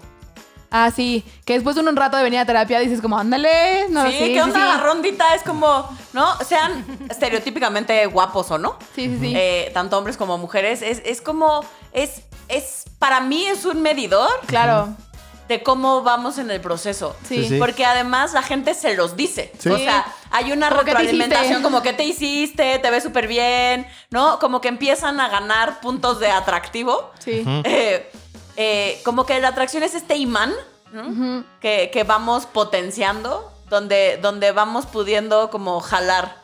Speaker 3: Ah, sí, que después de un rato de venir a terapia dices como, ándale, no,
Speaker 1: sí, ¿qué onda la rondita? Es como, ¿no? Sean estereotípicamente guapos o no.
Speaker 3: Sí, sí, sí.
Speaker 1: Eh, tanto hombres como mujeres. Es, es como, es, es, para mí es un medidor
Speaker 3: Claro,
Speaker 1: de cómo vamos en el proceso.
Speaker 3: sí.
Speaker 5: Sí, sí.
Speaker 1: Porque además la gente se los dice.
Speaker 5: Sí.
Speaker 1: O sea, hay una
Speaker 3: Como, ¿qué te
Speaker 1: retroalimentación
Speaker 3: hiciste?
Speaker 1: como que te hiciste, te ves súper bien, ¿no? Como que empiezan a ganar puntos de atractivo.
Speaker 3: Sí.
Speaker 1: Eh, eh, como que la atracción es este imán ¿no? que, que vamos potenciando, donde, donde vamos pudiendo como jalar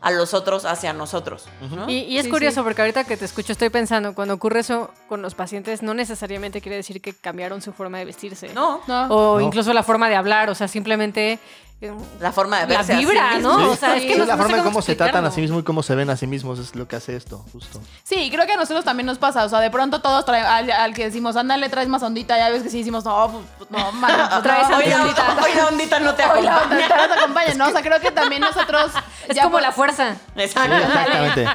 Speaker 1: a los otros hacia nosotros. ¿no?
Speaker 2: Y, y es
Speaker 3: Sí,
Speaker 2: curioso
Speaker 3: sí.
Speaker 2: porque ahorita que te escucho estoy pensando, cuando ocurre eso con los pacientes, no necesariamente quiere decir que cambiaron su forma de vestirse.
Speaker 1: No,
Speaker 3: No.
Speaker 2: O
Speaker 5: No.
Speaker 2: incluso la forma de hablar, o sea, simplemente eh,
Speaker 1: la forma de
Speaker 2: la
Speaker 1: verse a sí
Speaker 2: vibra,
Speaker 1: mismo.
Speaker 2: ¿no?
Speaker 5: Sí.
Speaker 2: O sea, es que
Speaker 5: Sí,
Speaker 2: no, no
Speaker 5: la
Speaker 2: sé
Speaker 5: forma en cómo se tratan a sí
Speaker 2: explicarlo.
Speaker 5: mismos y cómo se ven a sí mismos es lo que hace esto, justo.
Speaker 3: Sí, y creo que a nosotros también nos pasa. O sea, de pronto todos traen al, al que decimos, ándale, traes más ondita. Ya ves que sí decimos, no, pues, pues, no, man, pues, no,
Speaker 2: Traes
Speaker 1: Hoy
Speaker 3: oye,
Speaker 1: la, hoy la ondita no te
Speaker 3: oye, la
Speaker 1: acompaña.
Speaker 3: ondita no te acompaña, ¿no? O sea, creo que también nosotros.
Speaker 2: Es
Speaker 3: ya
Speaker 2: como
Speaker 3: por-
Speaker 2: la fuerza.
Speaker 3: Ah,
Speaker 5: Sí,
Speaker 1: Exacto.
Speaker 5: exactamente.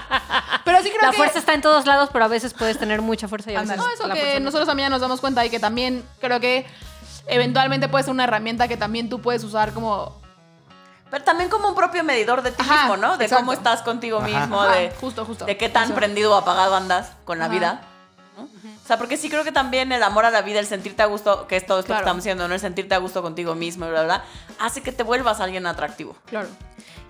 Speaker 3: Pero sí creo
Speaker 2: La
Speaker 3: que.
Speaker 2: fuerza está en todos lados, pero a veces puedes tener mucha fuerza y a veces
Speaker 3: No, eso
Speaker 2: la
Speaker 3: que
Speaker 2: fuerza no.
Speaker 3: nosotros también ya nos damos cuenta y que también creo que eventualmente puede ser una herramienta que también tú puedes usar como.
Speaker 1: Pero también como un propio medidor de ti
Speaker 3: Ajá,
Speaker 1: mismo, ¿no? De
Speaker 3: exacto.
Speaker 1: cómo estás contigo mismo,
Speaker 3: Ajá,
Speaker 1: de,
Speaker 3: justo, justo.
Speaker 1: de qué tan
Speaker 3: Eso.
Speaker 1: prendido o apagado andas con la
Speaker 3: Ajá.
Speaker 1: vida. ¿no? O sea, porque sí creo que también el amor a la vida, el sentirte a gusto, que es todo esto
Speaker 3: Claro.
Speaker 1: que estamos haciendo, ¿no? El sentirte a gusto contigo mismo, y bla, bla, bla, hace que te vuelvas alguien atractivo.
Speaker 3: Claro.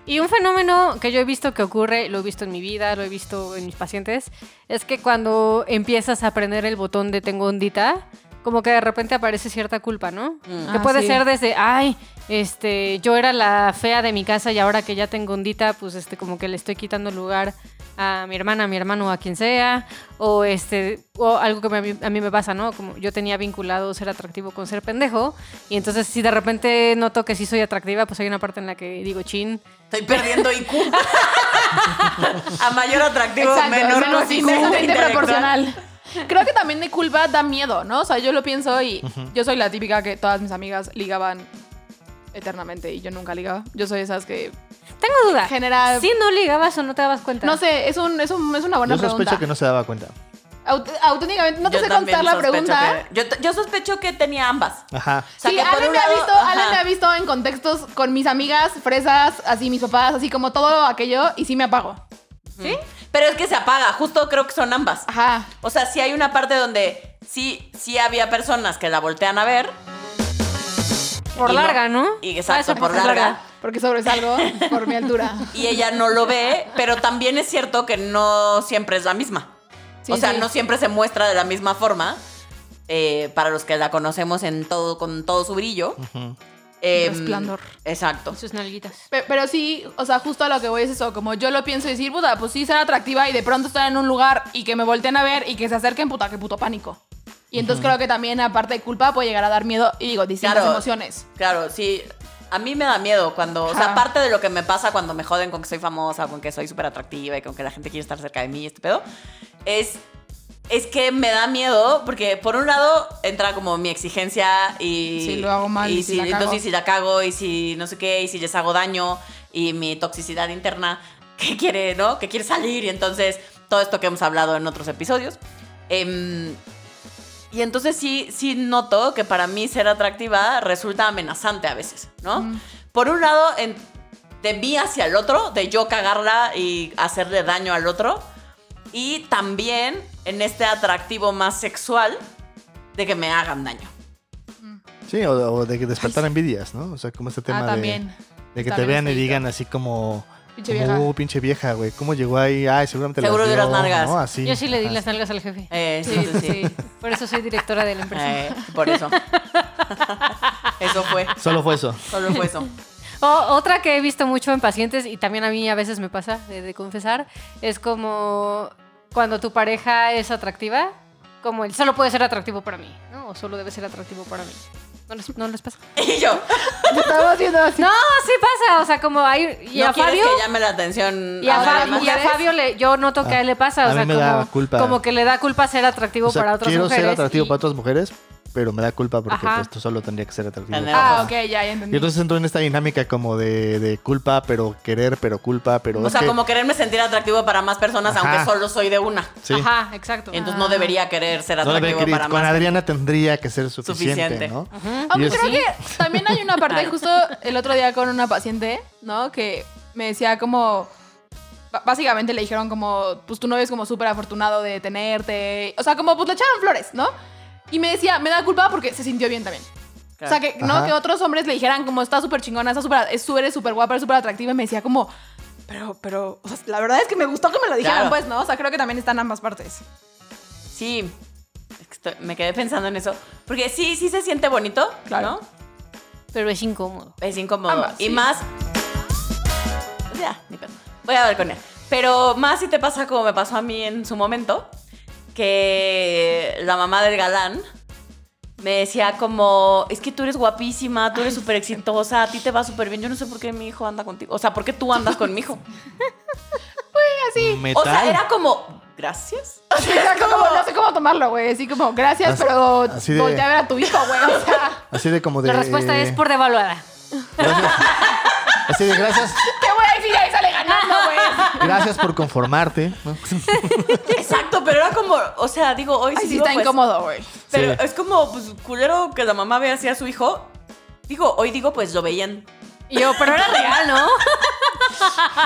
Speaker 2: Y un fenómeno que yo he visto que ocurre, lo he visto en mi vida, lo he visto en mis pacientes, es que cuando empiezas a aprender el botón de tengo ondita, como que de repente aparece cierta culpa, ¿no?
Speaker 1: Mm.
Speaker 2: Que
Speaker 3: Ah,
Speaker 2: puede
Speaker 3: sí.
Speaker 2: ser desde, ay, este, yo era la fea de mi casa y ahora que ya tengo ondita, pues este, como que le estoy quitando lugar a mi hermana, a mi hermano, a quien sea, o este, o algo que me- a mí, a mí me pasa, ¿no? Como yo tenía vinculado ser atractivo con ser pendejo, y entonces si de repente noto que sí soy atractiva, pues hay una parte en la que digo, chin,
Speaker 1: Estoy perdiendo IQ. A mayor atractivo,
Speaker 3: Exacto,
Speaker 1: menor
Speaker 3: menos
Speaker 1: IQ
Speaker 3: inmensamente
Speaker 1: intelectual.
Speaker 3: proporcional. Creo que también de culpa da miedo, ¿no? O sea, yo lo pienso y yo soy la típica que todas mis amigas ligaban eternamente y yo nunca ligaba. Yo soy esas que
Speaker 2: tengo duda.
Speaker 3: genera...
Speaker 2: Si no ligabas o no te dabas cuenta.
Speaker 3: No sé, es, un, es, un- es una buena
Speaker 5: Yo sospecho
Speaker 3: pregunta.
Speaker 5: que no se daba cuenta.
Speaker 3: Aut- auténticamente, no te
Speaker 1: Yo
Speaker 3: sé
Speaker 1: también
Speaker 3: contestar la
Speaker 1: sospecho
Speaker 3: pregunta. ¿eh?
Speaker 1: que- yo, t- yo sospecho que tenía ambas.
Speaker 5: Ajá.
Speaker 1: O sea,
Speaker 3: sí,
Speaker 1: que por
Speaker 3: Ale
Speaker 1: un
Speaker 3: me, ha
Speaker 1: lado-
Speaker 3: visto, Ale
Speaker 1: ajá.
Speaker 3: me ha visto en contextos con mis amigas, fresas, así mis papás, así como todo aquello, y sí me apago.
Speaker 1: ¿Sí? Pero es que se apaga, justo creo que son ambas.
Speaker 3: Ajá.
Speaker 1: O sea, sí hay una parte donde sí, sí había personas que la voltean a ver.
Speaker 2: Por
Speaker 1: Y no-
Speaker 2: larga, ¿no?
Speaker 1: Y
Speaker 2: Ah,
Speaker 1: exacto,
Speaker 2: eso
Speaker 1: por
Speaker 2: pasa
Speaker 1: larga.
Speaker 3: Porque sobresalgo por mi altura.
Speaker 1: Y ella no lo ve, pero también es cierto que no siempre es la misma.
Speaker 3: Sí,
Speaker 1: o sea,
Speaker 3: sí.
Speaker 1: no siempre se muestra de la misma forma. eh, para los que la conocemos en todo, con todo su brillo. Em,
Speaker 3: Resplandor.
Speaker 1: Exacto.
Speaker 2: Sus nalguitas.
Speaker 3: Pe- Pero sí, o sea, justo a lo que voy es eso, como yo lo pienso y decir, puta, pues sí, ser atractiva y de pronto estar en un lugar y que me volteen a ver y que se acerquen, puta, qué puto pánico. Y entonces creo que también, aparte de culpa, puede llegar a dar miedo y digo, distintas
Speaker 1: Claro.
Speaker 3: emociones.
Speaker 1: Claro, sí. A mí me da miedo cuando, o sea,
Speaker 3: Ajá.
Speaker 1: aparte de lo que me pasa cuando me joden con que soy famosa, con que soy súper atractiva y con que la gente quiere estar cerca de mí y este pedo, es, es que me da miedo porque por un lado entra como mi exigencia y...
Speaker 3: Si lo hago mal y si la cago.
Speaker 1: entonces si la cago y si no sé qué y si les hago daño y mi toxicidad interna que quiere, ¿no? Que quiere salir y entonces todo esto que hemos hablado en otros episodios. Em, y entonces sí, sí noto que para mí ser atractiva resulta amenazante a veces, ¿no? Por un lado, en- de mí hacia el otro, de yo cagarla y hacerle daño al otro. Y también en este atractivo más sexual de que me hagan daño.
Speaker 5: Sí, o, o de que despertar envidias, ¿no? O sea, como este tema
Speaker 3: Ah,
Speaker 5: de-
Speaker 3: también.
Speaker 5: de, que te
Speaker 3: También
Speaker 5: vean
Speaker 3: es
Speaker 5: y
Speaker 3: feíto.
Speaker 5: digan así como...
Speaker 3: Pinche
Speaker 5: como,
Speaker 3: vieja.
Speaker 5: "Uh, pinche vieja, güey. ¿Cómo llegó ahí? Ay, seguramente
Speaker 1: Seguro
Speaker 5: las
Speaker 1: dio las nalgas.
Speaker 5: ¿no? Así.
Speaker 2: Yo sí le di
Speaker 5: Ajá.
Speaker 2: las nalgas al jefe.
Speaker 1: Eh, sí, sí, sí.
Speaker 2: Por eso soy directora de la empresa.
Speaker 1: Eh, por eso. eso fue.
Speaker 5: Solo fue eso.
Speaker 1: Solo fue eso.
Speaker 2: O- otra que he visto mucho en pacientes y también a mí a veces me pasa de, de confesar, es como cuando tu pareja es atractiva, como el solo puede ser atractivo para mí, ¿no? O solo debe ser atractivo para mí. ¿No les, no les pasa?
Speaker 1: Y yo,
Speaker 3: Estamos haciendo así.
Speaker 2: No, sí pasa, o sea, como hay... Y
Speaker 1: ¿no
Speaker 2: a
Speaker 1: quieres
Speaker 2: Fabio...
Speaker 1: que llame la atención?
Speaker 2: Y a,
Speaker 1: ahora
Speaker 2: Fa-
Speaker 1: más?
Speaker 2: y a Fabio le, yo noto que a él le pasa, o
Speaker 5: A
Speaker 2: sea,
Speaker 5: mí me
Speaker 2: como,
Speaker 5: da culpa.
Speaker 2: como que le da culpa ser atractivo
Speaker 5: O sea,
Speaker 2: para otras
Speaker 5: quiero
Speaker 2: mujeres.
Speaker 5: ser atractivo
Speaker 2: y-
Speaker 5: para otras mujeres, pero me da culpa porque
Speaker 2: Ajá.
Speaker 5: pues, tú solo tendría que ser atractivo.
Speaker 1: Ah,
Speaker 3: Ah,
Speaker 5: Ajá.
Speaker 3: ok, ya, ya entendí.
Speaker 5: Y entonces entro en esta dinámica como de, de culpa, pero querer, pero culpa, pero...
Speaker 1: O
Speaker 5: es
Speaker 1: sea,
Speaker 5: que-
Speaker 1: como quererme sentir atractivo para más personas,
Speaker 5: Ajá.
Speaker 1: aunque solo soy de una.
Speaker 5: Sí.
Speaker 2: Ajá, exacto.
Speaker 1: Entonces no debería querer ser
Speaker 5: No le
Speaker 1: atractivo
Speaker 5: ve que-
Speaker 1: para
Speaker 5: con
Speaker 1: más.
Speaker 5: Adriana tendría que ser
Speaker 1: Suficiente.
Speaker 5: suficiente, ¿no? Y
Speaker 3: Aunque
Speaker 5: es-
Speaker 3: creo que también hay una parte, justo el otro día con una paciente, ¿no? Que me decía como... b- Básicamente le dijeron como, pues tu novio es como súper afortunado de tenerte. O sea, como pues le echaban flores, ¿no? Y me decía, me da culpa porque se sintió bien también.
Speaker 1: Claro.
Speaker 3: O sea, que, no,
Speaker 5: Ajá.
Speaker 3: que otros hombres le dijeran como está súper chingona, está súper, es- tú eres súper guapa, eres súper atractiva. Y me decía como, pero, pero, o sea, la verdad es que me gustó que me lo
Speaker 1: Claro.
Speaker 3: dijeran, pues, ¿no? O sea, creo que también están ambas partes.
Speaker 1: Sí, Es que estoy- me quedé pensando en eso. Porque sí, sí se siente bonito,
Speaker 3: Claro.
Speaker 2: Pero es incómodo.
Speaker 1: ¿no? Es incómodo.
Speaker 3: Ambas,
Speaker 1: y
Speaker 3: sí.
Speaker 1: más... pues ya, ni pedo. Voy a balconear. Pero más si te pasa como me pasó a mí en su momento, que la mamá del galán me decía como, es que tú eres guapísima, tú eres súper exitosa, a ti te va súper bien. Yo no sé por qué mi hijo anda contigo. O sea, ¿por qué tú andas con mi hijo?
Speaker 5: metal.
Speaker 1: O sea, era como, gracias.
Speaker 3: Era como, no sé cómo tomarlo, güey. Así como, gracias,
Speaker 5: Así-
Speaker 3: pero
Speaker 5: así de-
Speaker 3: voltea a ver a tu hijo, güey. O sea,
Speaker 5: Así de como de...
Speaker 2: La respuesta
Speaker 5: eh,
Speaker 2: es por devaluada.
Speaker 5: gracias. Así de gracias,
Speaker 3: te voy a decir, ahí sale ganando, güey.
Speaker 5: gracias por conformarte. ¿no?
Speaker 1: Exacto, pero era como, o sea, digo, hoy sí,
Speaker 3: Ay, sí,
Speaker 1: digo,
Speaker 3: está
Speaker 1: pues,
Speaker 3: incómodo, güey.
Speaker 1: Pero
Speaker 5: Sí.
Speaker 1: es como, pues, culero que la mamá vea así a su hijo. Digo, hoy digo, pues lo veían.
Speaker 2: Y yo, pero era real, ¿no?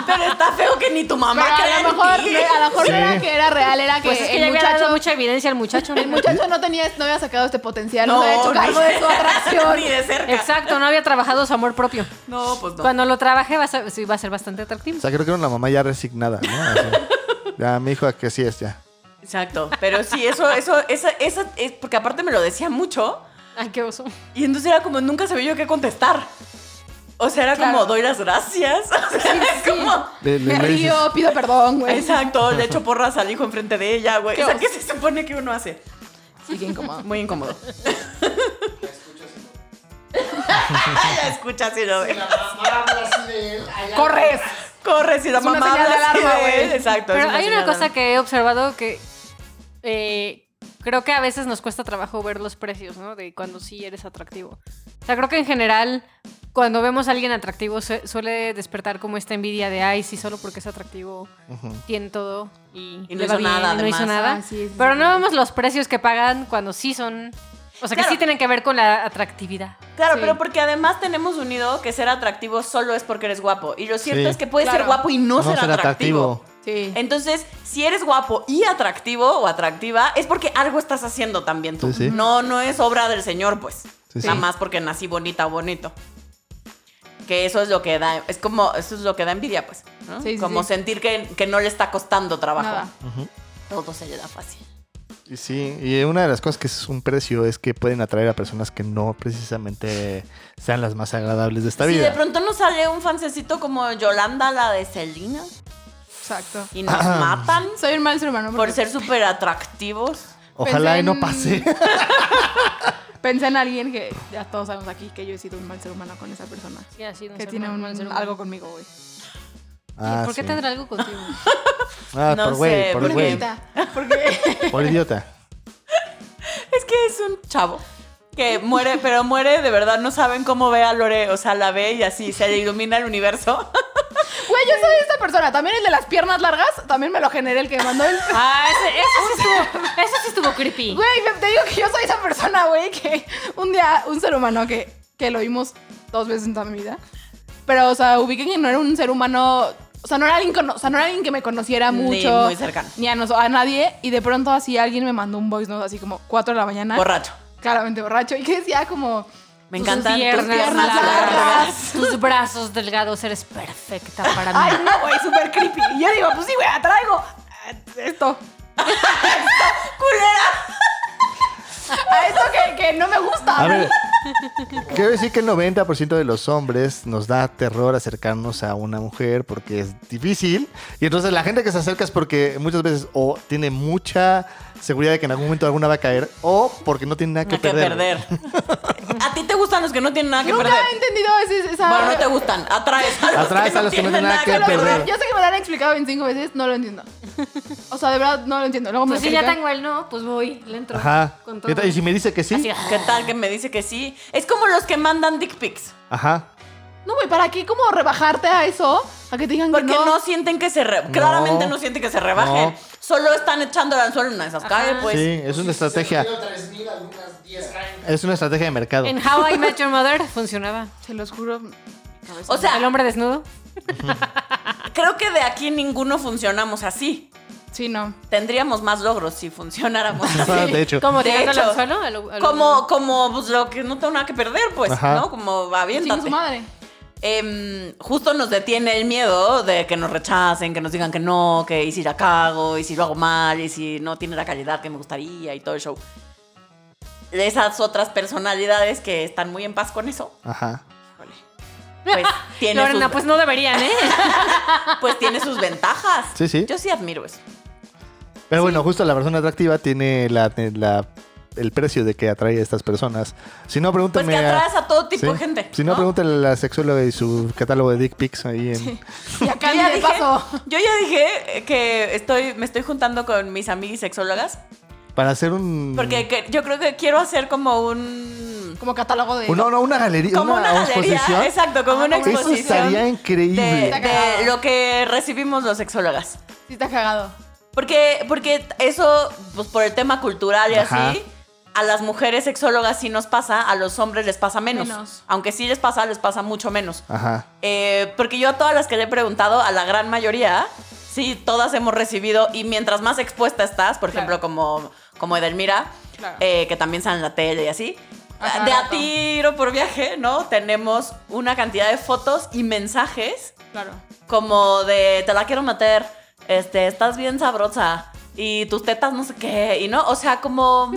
Speaker 1: Pero está feo que ni tu mamá
Speaker 3: Pero
Speaker 1: crea
Speaker 3: a lo
Speaker 1: en
Speaker 3: mejor,
Speaker 1: ti.
Speaker 3: a lo mejor no
Speaker 5: Sí.
Speaker 3: era que era real, era que,
Speaker 2: Pues es que ya
Speaker 3: el,
Speaker 2: había dado
Speaker 3: muchacho,
Speaker 2: mucha evidencia al muchacho.
Speaker 3: el muchacho no tenía, no había sacado este potencial, no, había hecho
Speaker 1: ni-
Speaker 3: cargo de su atracción.
Speaker 1: ni de cerca.
Speaker 2: Exacto, no había trabajado su amor propio.
Speaker 1: No, pues no.
Speaker 2: Cuando lo trabaje va a ser, sí, va a ser bastante atractivo.
Speaker 5: O sea, creo que era una mamá ya resignada, ¿no? Así. Ya, mi hijo, que sí es, ya.
Speaker 1: Exacto, pero sí, eso, eso, esa, esa, es- porque aparte me lo decía mucho
Speaker 2: Ay, qué oso.
Speaker 1: y entonces era como, nunca sabía yo qué contestar. O sea, era como,
Speaker 3: Claro.
Speaker 1: doy las gracias. O sea, es como,
Speaker 5: Le- le-
Speaker 3: Me
Speaker 5: le dices,
Speaker 3: río, pido perdón, güey.
Speaker 1: exacto, le echo porras al hijo enfrente de ella, güey.
Speaker 3: Qué
Speaker 1: O sea,
Speaker 3: oso.
Speaker 1: Pues. ¿qué se supone que uno hace?
Speaker 3: Sí, qué incómodo.
Speaker 1: Muy incómodo. La escuchas y no ve.
Speaker 3: ¡Corres!
Speaker 1: Corre si la
Speaker 3: Es una
Speaker 1: mamá
Speaker 3: señal de
Speaker 1: habla así
Speaker 3: alarma,
Speaker 1: de-
Speaker 3: güey.
Speaker 1: Exacto.
Speaker 2: Pero
Speaker 1: es
Speaker 2: hay una
Speaker 1: señal de
Speaker 2: cosa
Speaker 1: alarma.
Speaker 2: que he observado que eh, creo que a veces nos cuesta trabajo ver los precios, ¿no? De cuando sí eres atractivo. O sea, creo que en general cuando vemos a alguien atractivo su- suele despertar como esta envidia de, ay, sí, solo porque es atractivo
Speaker 5: Ujú.
Speaker 2: tiene todo y,
Speaker 1: Y no
Speaker 2: le
Speaker 1: hizo
Speaker 2: va bien,
Speaker 1: nada,
Speaker 2: no hizo
Speaker 1: además.
Speaker 2: nada.
Speaker 3: Ah, sí, sí,
Speaker 2: Pero
Speaker 3: sí.
Speaker 2: no vemos los precios que pagan cuando sí son... O sea,
Speaker 1: Claro.
Speaker 2: que sí tienen que ver con la atractividad.
Speaker 1: Claro,
Speaker 3: Sí.
Speaker 1: pero porque además tenemos unido que ser atractivo solo es porque eres guapo. Y lo cierto
Speaker 5: Sí.
Speaker 1: es que puedes ser
Speaker 3: Claro.
Speaker 1: guapo y no,
Speaker 5: No
Speaker 1: ser,
Speaker 5: ser
Speaker 1: atractivo.
Speaker 5: atractivo.
Speaker 3: Sí.
Speaker 1: Entonces, si eres guapo y atractivo o atractiva, es porque algo estás haciendo también tú.
Speaker 5: Sí, sí.
Speaker 1: No, no es obra del señor, pues.
Speaker 5: Sí,
Speaker 1: Nada
Speaker 5: sí.
Speaker 1: más porque nací bonita o bonito. Que eso es lo que da, es como, eso es lo que da envidia, pues. ¿no?
Speaker 3: Sí, sí,
Speaker 1: como
Speaker 3: sí.
Speaker 1: sentir que, que no le está costando trabajo.
Speaker 3: Nada.
Speaker 1: Todo se le da fácil.
Speaker 5: Y Sí, y una de las cosas que es un precio es que pueden atraer a personas que no precisamente sean las más agradables de esta
Speaker 1: si
Speaker 5: vida.
Speaker 1: de pronto nos sale un fancecito como Yolanda, la de Selena,
Speaker 3: Exacto.
Speaker 1: y nos matan
Speaker 3: Soy un mal ser humano.
Speaker 1: por
Speaker 3: porque
Speaker 1: ser súper atractivos.
Speaker 5: Ojalá
Speaker 3: pensé
Speaker 5: y no
Speaker 3: en-
Speaker 5: pase.
Speaker 3: Pensé en alguien que ya todos sabemos aquí que yo he sido un mal ser humano con esa persona.
Speaker 2: Sí, así no
Speaker 3: que
Speaker 2: sé,
Speaker 3: tiene
Speaker 2: no,
Speaker 3: un,
Speaker 2: no sé, no.
Speaker 3: algo conmigo, güey.
Speaker 5: Ah,
Speaker 2: ¿Por qué
Speaker 5: sí.
Speaker 2: tendrá algo contigo?
Speaker 5: Ah,
Speaker 1: No
Speaker 5: por güey,
Speaker 1: sé,
Speaker 5: por
Speaker 1: porque-
Speaker 5: güey,
Speaker 3: Porque
Speaker 5: por idiota.
Speaker 1: Es que es un chavo que muere, pero muere de verdad. No saben cómo ve a Lore. O sea, la ve y así se le ilumina el universo.
Speaker 3: Güey, yo soy esta persona. También el de las piernas largas. También me lo generé el que me mandó el.
Speaker 2: Ah, ese- eso, sí estuvo, eso sí estuvo creepy.
Speaker 3: Güey, te digo que yo soy esa persona, güey, que un día, un ser humano que, que lo vimos dos veces en toda mi vida. Pero, o sea, ubiquen que no era un ser humano. O sea, no era alguien, cono- o sea, no era alguien que me conociera
Speaker 1: Ni
Speaker 3: mucho.
Speaker 1: muy cercano.
Speaker 3: Ni a, nos- a nadie. Y de pronto, así alguien me mandó un voice note, así como 4 de la mañana.
Speaker 1: Borracho.
Speaker 3: Claramente borracho. Y que decía como.
Speaker 1: Me
Speaker 2: Tus
Speaker 1: encantan tus
Speaker 2: piernas,
Speaker 1: piernas
Speaker 2: largas,
Speaker 1: largas.
Speaker 2: tus brazos delgados, eres perfecta para mí.
Speaker 3: Ay, no, güey, súper creepy. Y yo digo, pues sí, güey, atraigo eh, esto. ¡Culera! A esto que, que no me gusta.
Speaker 5: A ver, quiero decir que el 90% de los hombres nos da terror acercarnos a una mujer porque es difícil. Y entonces la gente que se acerca es porque muchas veces o tiene mucha seguridad de que en algún momento alguna va a caer o porque no tiene nada que,
Speaker 1: Nada que perder. A ti te gustan los que no tienen nada que
Speaker 3: Nunca
Speaker 1: perder.
Speaker 3: he entendido ese, esa.
Speaker 1: Bueno, no te gustan. Atraes a los,
Speaker 5: Atraes
Speaker 1: que,
Speaker 5: a los que no tienen nada
Speaker 3: Te lo
Speaker 5: que
Speaker 3: juro,
Speaker 5: perder.
Speaker 3: Yo sé que me lo han explicado 25 veces, no lo entiendo. O sea, de verdad, no lo entiendo. Luego me
Speaker 2: Pues
Speaker 3: lo
Speaker 2: si ya
Speaker 3: explican.
Speaker 2: tengo el no, pues voy, le entro.
Speaker 5: Ajá.
Speaker 2: Con todo.
Speaker 5: Y si me dice que sí,
Speaker 2: Así,
Speaker 1: ¿Qué tal que me dice que sí? Es como los que mandan dick pics.
Speaker 5: ajá.
Speaker 3: No, güey, ¿para qué como rebajarte a eso? A que te digan
Speaker 1: Porque
Speaker 3: que
Speaker 1: no,
Speaker 3: no.
Speaker 1: sienten que se... re- Claramente no sienten que se rebajen.
Speaker 5: No.
Speaker 1: Solo están echando el anzuelo en una de esas cae, pues.
Speaker 5: sí, es una estrategia. Es una estrategia de mercado.
Speaker 2: En How I Met Your Mother funcionaba.
Speaker 3: Se los juro.
Speaker 1: O sea,
Speaker 2: el hombre desnudo.
Speaker 1: creo que de aquí ninguno funcionamos así.
Speaker 3: Sí, no.
Speaker 1: Tendríamos más logros si funcionáramos así.
Speaker 5: Ah, De hecho,
Speaker 2: Como tirando
Speaker 1: hecho,
Speaker 2: al suelo. a lo- a lo-
Speaker 1: Como, como pues, lo que no tengo nada que perder, pues,
Speaker 5: Ajá.
Speaker 1: ¿no? Como
Speaker 3: Chingue su
Speaker 1: aviéntate.
Speaker 3: madre.
Speaker 1: Em, justo nos detiene el miedo de que nos rechacen, que nos digan que no, que y si la cago, y si lo hago mal, y si no tiene la calidad que me gustaría, y todo el show. De esas otras personalidades que están muy en paz con eso,
Speaker 5: ajá.
Speaker 1: pues, tiene,
Speaker 2: Lorena,
Speaker 1: sus,
Speaker 2: pues no deberían, ¿eh?
Speaker 1: pues tiene sus ventajas.
Speaker 5: Sí, sí.
Speaker 1: Yo sí admiro eso.
Speaker 5: Pero bueno, justo la persona atractiva tiene la, la- el precio de que atrae a estas personas. Si no,
Speaker 1: Pues
Speaker 5: pregúntame
Speaker 1: que
Speaker 5: a-
Speaker 1: atraes a todo tipo
Speaker 5: Sí.
Speaker 1: de gente.
Speaker 5: Si no, pregúntale a la sexóloga y su catálogo de dick pics ahí en...
Speaker 3: Y acá
Speaker 1: Yo ya
Speaker 3: de
Speaker 1: dije-
Speaker 3: paso.
Speaker 1: Yo ya dije eh, que estoy, me estoy juntando con mis amigas sexólogas
Speaker 5: Para hacer un...
Speaker 1: porque que- yo creo que quiero hacer como un
Speaker 3: Como catálogo de.
Speaker 5: un- no, no, una galería,
Speaker 1: como una,
Speaker 5: una,
Speaker 1: galería,
Speaker 5: exposición.
Speaker 1: exacto, como una
Speaker 3: Eso
Speaker 5: Eso
Speaker 1: exposición
Speaker 5: estaría
Speaker 1: de,
Speaker 5: increíble.
Speaker 1: de
Speaker 3: Ah, Está
Speaker 1: lo que recibimos los sexólogas.
Speaker 3: Sí, está cagado.
Speaker 1: Porque porque eso pues por el tema cultural y
Speaker 5: Ajá.
Speaker 1: así a las mujeres sexólogas sí nos pasa, a los hombres les pasa menos.
Speaker 3: Menos.
Speaker 1: Aunque sí les pasa, les pasa mucho menos.
Speaker 5: Ajá.
Speaker 1: Eh, porque yo a todas las que le he preguntado, a la gran mayoría, sí, todas hemos recibido, y mientras más expuesta estás, por
Speaker 3: Claro.
Speaker 1: ejemplo, como, como Edelmira,
Speaker 3: Claro. Ah,
Speaker 1: eh, que también sale en la tele y así,
Speaker 3: Ajá,
Speaker 1: de a
Speaker 3: rato.
Speaker 1: tiro por viaje, ¿no? Tenemos una cantidad de fotos y mensajes
Speaker 3: Claro.
Speaker 1: como de te la quiero meter, este, estás bien sabrosa, y tus tetas no sé qué, y no, o sea, como,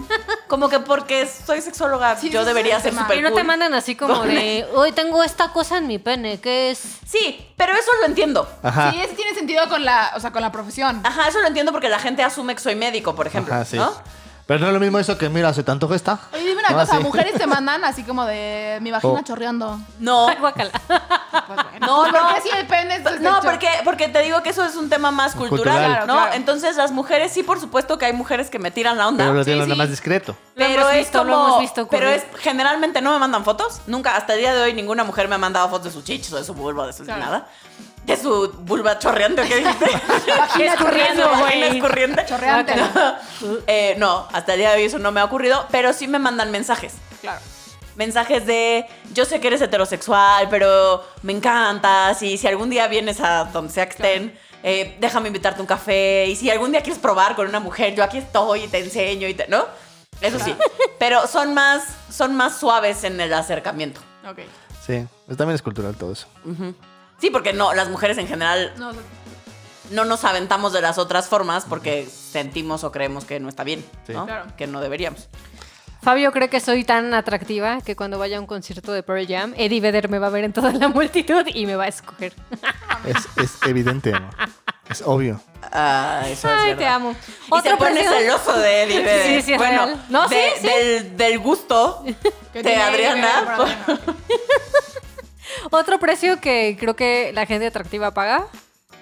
Speaker 1: como que porque soy sexóloga
Speaker 3: Sí,
Speaker 1: yo
Speaker 3: ese
Speaker 1: debería
Speaker 3: es el
Speaker 1: ser
Speaker 3: tema.
Speaker 1: súper
Speaker 2: Y no te
Speaker 1: cool.
Speaker 2: mandan así como
Speaker 1: Con-
Speaker 2: de, hoy tengo esta cosa en mi pene, que es...
Speaker 1: Sí, pero eso lo entiendo.
Speaker 5: Ajá.
Speaker 3: Sí, ese tiene sentido con la, o sea, con la profesión.
Speaker 1: Ajá, eso lo entiendo porque la gente asume que soy médico, por ejemplo,
Speaker 5: Ajá, sí.
Speaker 1: ¿no?
Speaker 5: Pero no es lo mismo eso que, mira, se te antoja esta.
Speaker 3: Oye, dime una
Speaker 5: No,
Speaker 3: cosa,
Speaker 5: así.
Speaker 3: mujeres te mandan así como de mi vagina
Speaker 5: Oh.
Speaker 3: chorreando.
Speaker 1: No,
Speaker 2: Ay, guácala.
Speaker 1: no, no.
Speaker 3: ¿Por qué si este, el pene es
Speaker 1: Pues, No, porque, porque te digo que eso es un tema más cultural,
Speaker 5: Cultural.
Speaker 1: ¿no?
Speaker 3: Claro, claro.
Speaker 1: Entonces, las mujeres sí, por supuesto que hay mujeres que me tiran la onda.
Speaker 5: Pero lo tienen
Speaker 3: sí.
Speaker 5: nada más discreto.
Speaker 2: Lo
Speaker 1: Pero
Speaker 2: hemos
Speaker 1: es
Speaker 2: visto,
Speaker 1: como.
Speaker 2: lo hemos visto ocurrir.
Speaker 1: pero es generalmente no me mandan fotos. Nunca, hasta el día de hoy, ninguna mujer me ha mandado fotos de su chichis o de su vulva, de su
Speaker 3: Claro.
Speaker 1: nada. De su vulva chorreando, ¿qué dijiste?
Speaker 2: Escurriendo,
Speaker 1: Su vagina
Speaker 2: güey.
Speaker 1: escurriente.
Speaker 3: Chorreante.
Speaker 1: Ah, Eh, no, hasta el día de hoy eso no me ha ocurrido, pero sí me mandan mensajes.
Speaker 3: Claro.
Speaker 1: Mensajes de, yo sé que eres heterosexual, pero me encantas y si algún día vienes a donde sea que estén, eh, déjame invitarte un café y si algún día quieres probar con una mujer, yo aquí estoy y te enseño y te, ¿no? Eso sí, pero son más, son más suaves en el acercamiento.
Speaker 3: Ok.
Speaker 5: Sí, pues también es cultural todo eso.
Speaker 1: Sí, porque no, las mujeres en general
Speaker 3: No, o sea,
Speaker 1: no nos aventamos de las otras formas porque sentimos o creemos que no está bien,
Speaker 5: Sí.
Speaker 1: ¿no?
Speaker 3: Claro.
Speaker 1: Que no deberíamos.
Speaker 2: Fabio cree que soy tan atractiva que cuando vaya a un concierto de Pearl Jam, Eddie Vedder me va a ver en toda la multitud y me va a escoger.
Speaker 5: Es, es evidente, amor. Es obvio.
Speaker 1: Ah, eso es
Speaker 2: Ay,
Speaker 1: verdad.
Speaker 2: te amo.
Speaker 1: Y se pone
Speaker 2: persona-
Speaker 1: celoso de Eddie Vedder.
Speaker 2: Sí, sí, es
Speaker 1: bueno,
Speaker 2: real. No,
Speaker 1: de-
Speaker 2: sí, sí.
Speaker 1: Del, del gusto
Speaker 3: que
Speaker 1: de
Speaker 3: tiene que
Speaker 1: Adriana.
Speaker 3: ver,
Speaker 1: por-
Speaker 3: pero bueno, ok.
Speaker 2: Otro precio que creo que la gente atractiva paga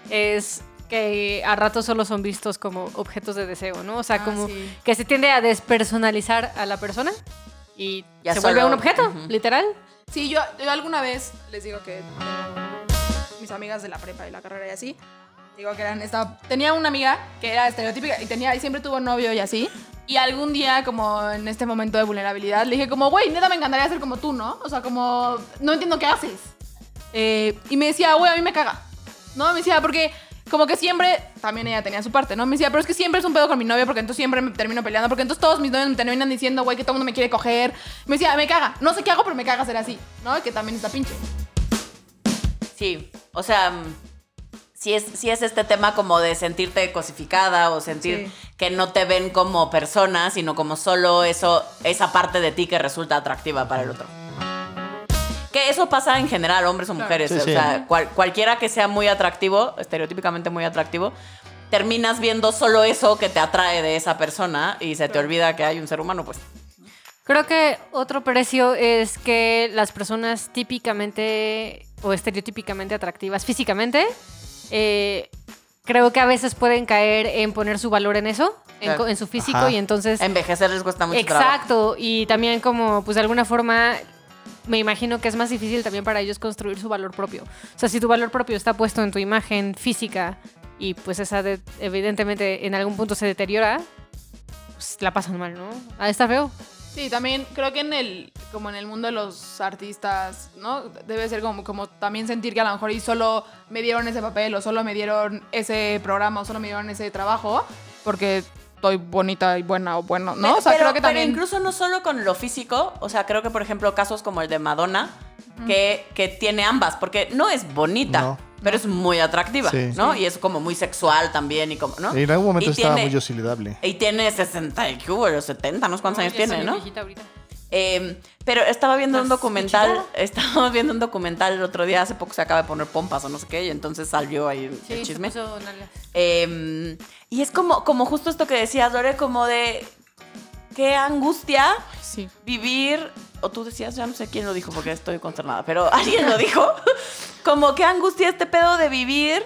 Speaker 2: es que a ratos solo son vistos como objetos de deseo, ¿no? O sea,
Speaker 3: Ah,
Speaker 2: como
Speaker 3: sí.
Speaker 2: que se tiende a despersonalizar a la persona y
Speaker 1: Ya
Speaker 2: se vuelve un
Speaker 1: solo-
Speaker 2: objeto,
Speaker 1: ujú.
Speaker 2: literal.
Speaker 3: Sí, yo, yo alguna vez les digo que mis amigas de la prepa y la carrera y así, digo que eran esta... Tenía una amiga que era estereotípica y, tenía, y siempre tuvo novio y así. Y algún día, como en este momento de vulnerabilidad, le dije como, güey, neta me encantaría ser como tú, ¿no? O sea, como, no entiendo qué haces. Eh, y me decía, güey, a mí me caga. No, me decía, porque como que siempre, también ella tenía su parte, ¿no? Me decía, pero es que siempre es un pedo con mi novio porque entonces siempre me termino peleando, porque entonces todos mis novios me terminan diciendo, güey, que todo el mundo me quiere coger. Me decía, me caga, no sé qué hago, pero me caga ser así, ¿no? Que también está pinche.
Speaker 1: Sí, o sea, mm, sí es, sí es este tema como de sentirte cosificada o sentir
Speaker 3: Sí.
Speaker 1: que no te ven como persona, sino como solo eso, esa parte de ti que resulta atractiva para el otro. Que eso pasa en general, hombres o mujeres.
Speaker 5: Sí,
Speaker 1: o
Speaker 5: sí.
Speaker 1: sea, cual- cualquiera que sea muy atractivo, estereotípicamente muy atractivo, terminas viendo solo eso que te atrae de esa persona y se te olvida que hay un ser humano, pues.
Speaker 2: Creo que otro precio es que las personas típicamente o estereotípicamente atractivas físicamente, eh, creo que a veces pueden caer en poner su valor en eso, en,
Speaker 1: Claro.
Speaker 2: co- en su físico
Speaker 5: Ajá.
Speaker 2: y entonces...
Speaker 1: Envejecer les cuesta mucho trabajo.
Speaker 2: Exacto, y también como, pues de alguna forma, me imagino que es más difícil también para ellos construir su valor propio. O sea, si tu valor propio está puesto en tu imagen física y pues esa de- evidentemente en algún punto se deteriora, pues la pasan mal, ¿no? Ah, está feo.
Speaker 3: Sí, también creo que en el, como en el mundo de los artistas, ¿no? Debe ser como, como también sentir que a lo mejor y solo me dieron ese papel o solo me dieron ese programa o solo me dieron ese trabajo porque estoy bonita y buena o bueno, ¿no?
Speaker 1: Pe-
Speaker 3: o sea,
Speaker 1: pero,
Speaker 3: creo que
Speaker 1: pero
Speaker 3: también...
Speaker 1: incluso no solo con lo físico, o sea, creo que por ejemplo casos como el de Madonna, que, que tiene ambas, porque no es bonita,
Speaker 5: No.
Speaker 1: pero es muy atractiva,
Speaker 5: Sí.
Speaker 1: ¿no? Y es como muy sexual también y como, ¿no?
Speaker 5: En algún momento
Speaker 1: Ah, Y
Speaker 5: estaba
Speaker 1: tiene-
Speaker 5: muy oscilable.
Speaker 1: Y tiene 60 y qué hubo, los 70, no sé cuántos años tiene, ¿no? Eh, pero estaba viendo un documental, estaba viendo un documental el otro día, hace poco se acaba de poner pompas o no sé qué, y entonces salió ahí el chisme. Eh, y es como, como justo esto que decías, Dore, como de qué angustia
Speaker 3: Sí.
Speaker 1: vivir, o tú decías, ya no sé quién lo dijo porque estoy consternada, pero alguien lo dijo, como qué angustia este pedo de vivir,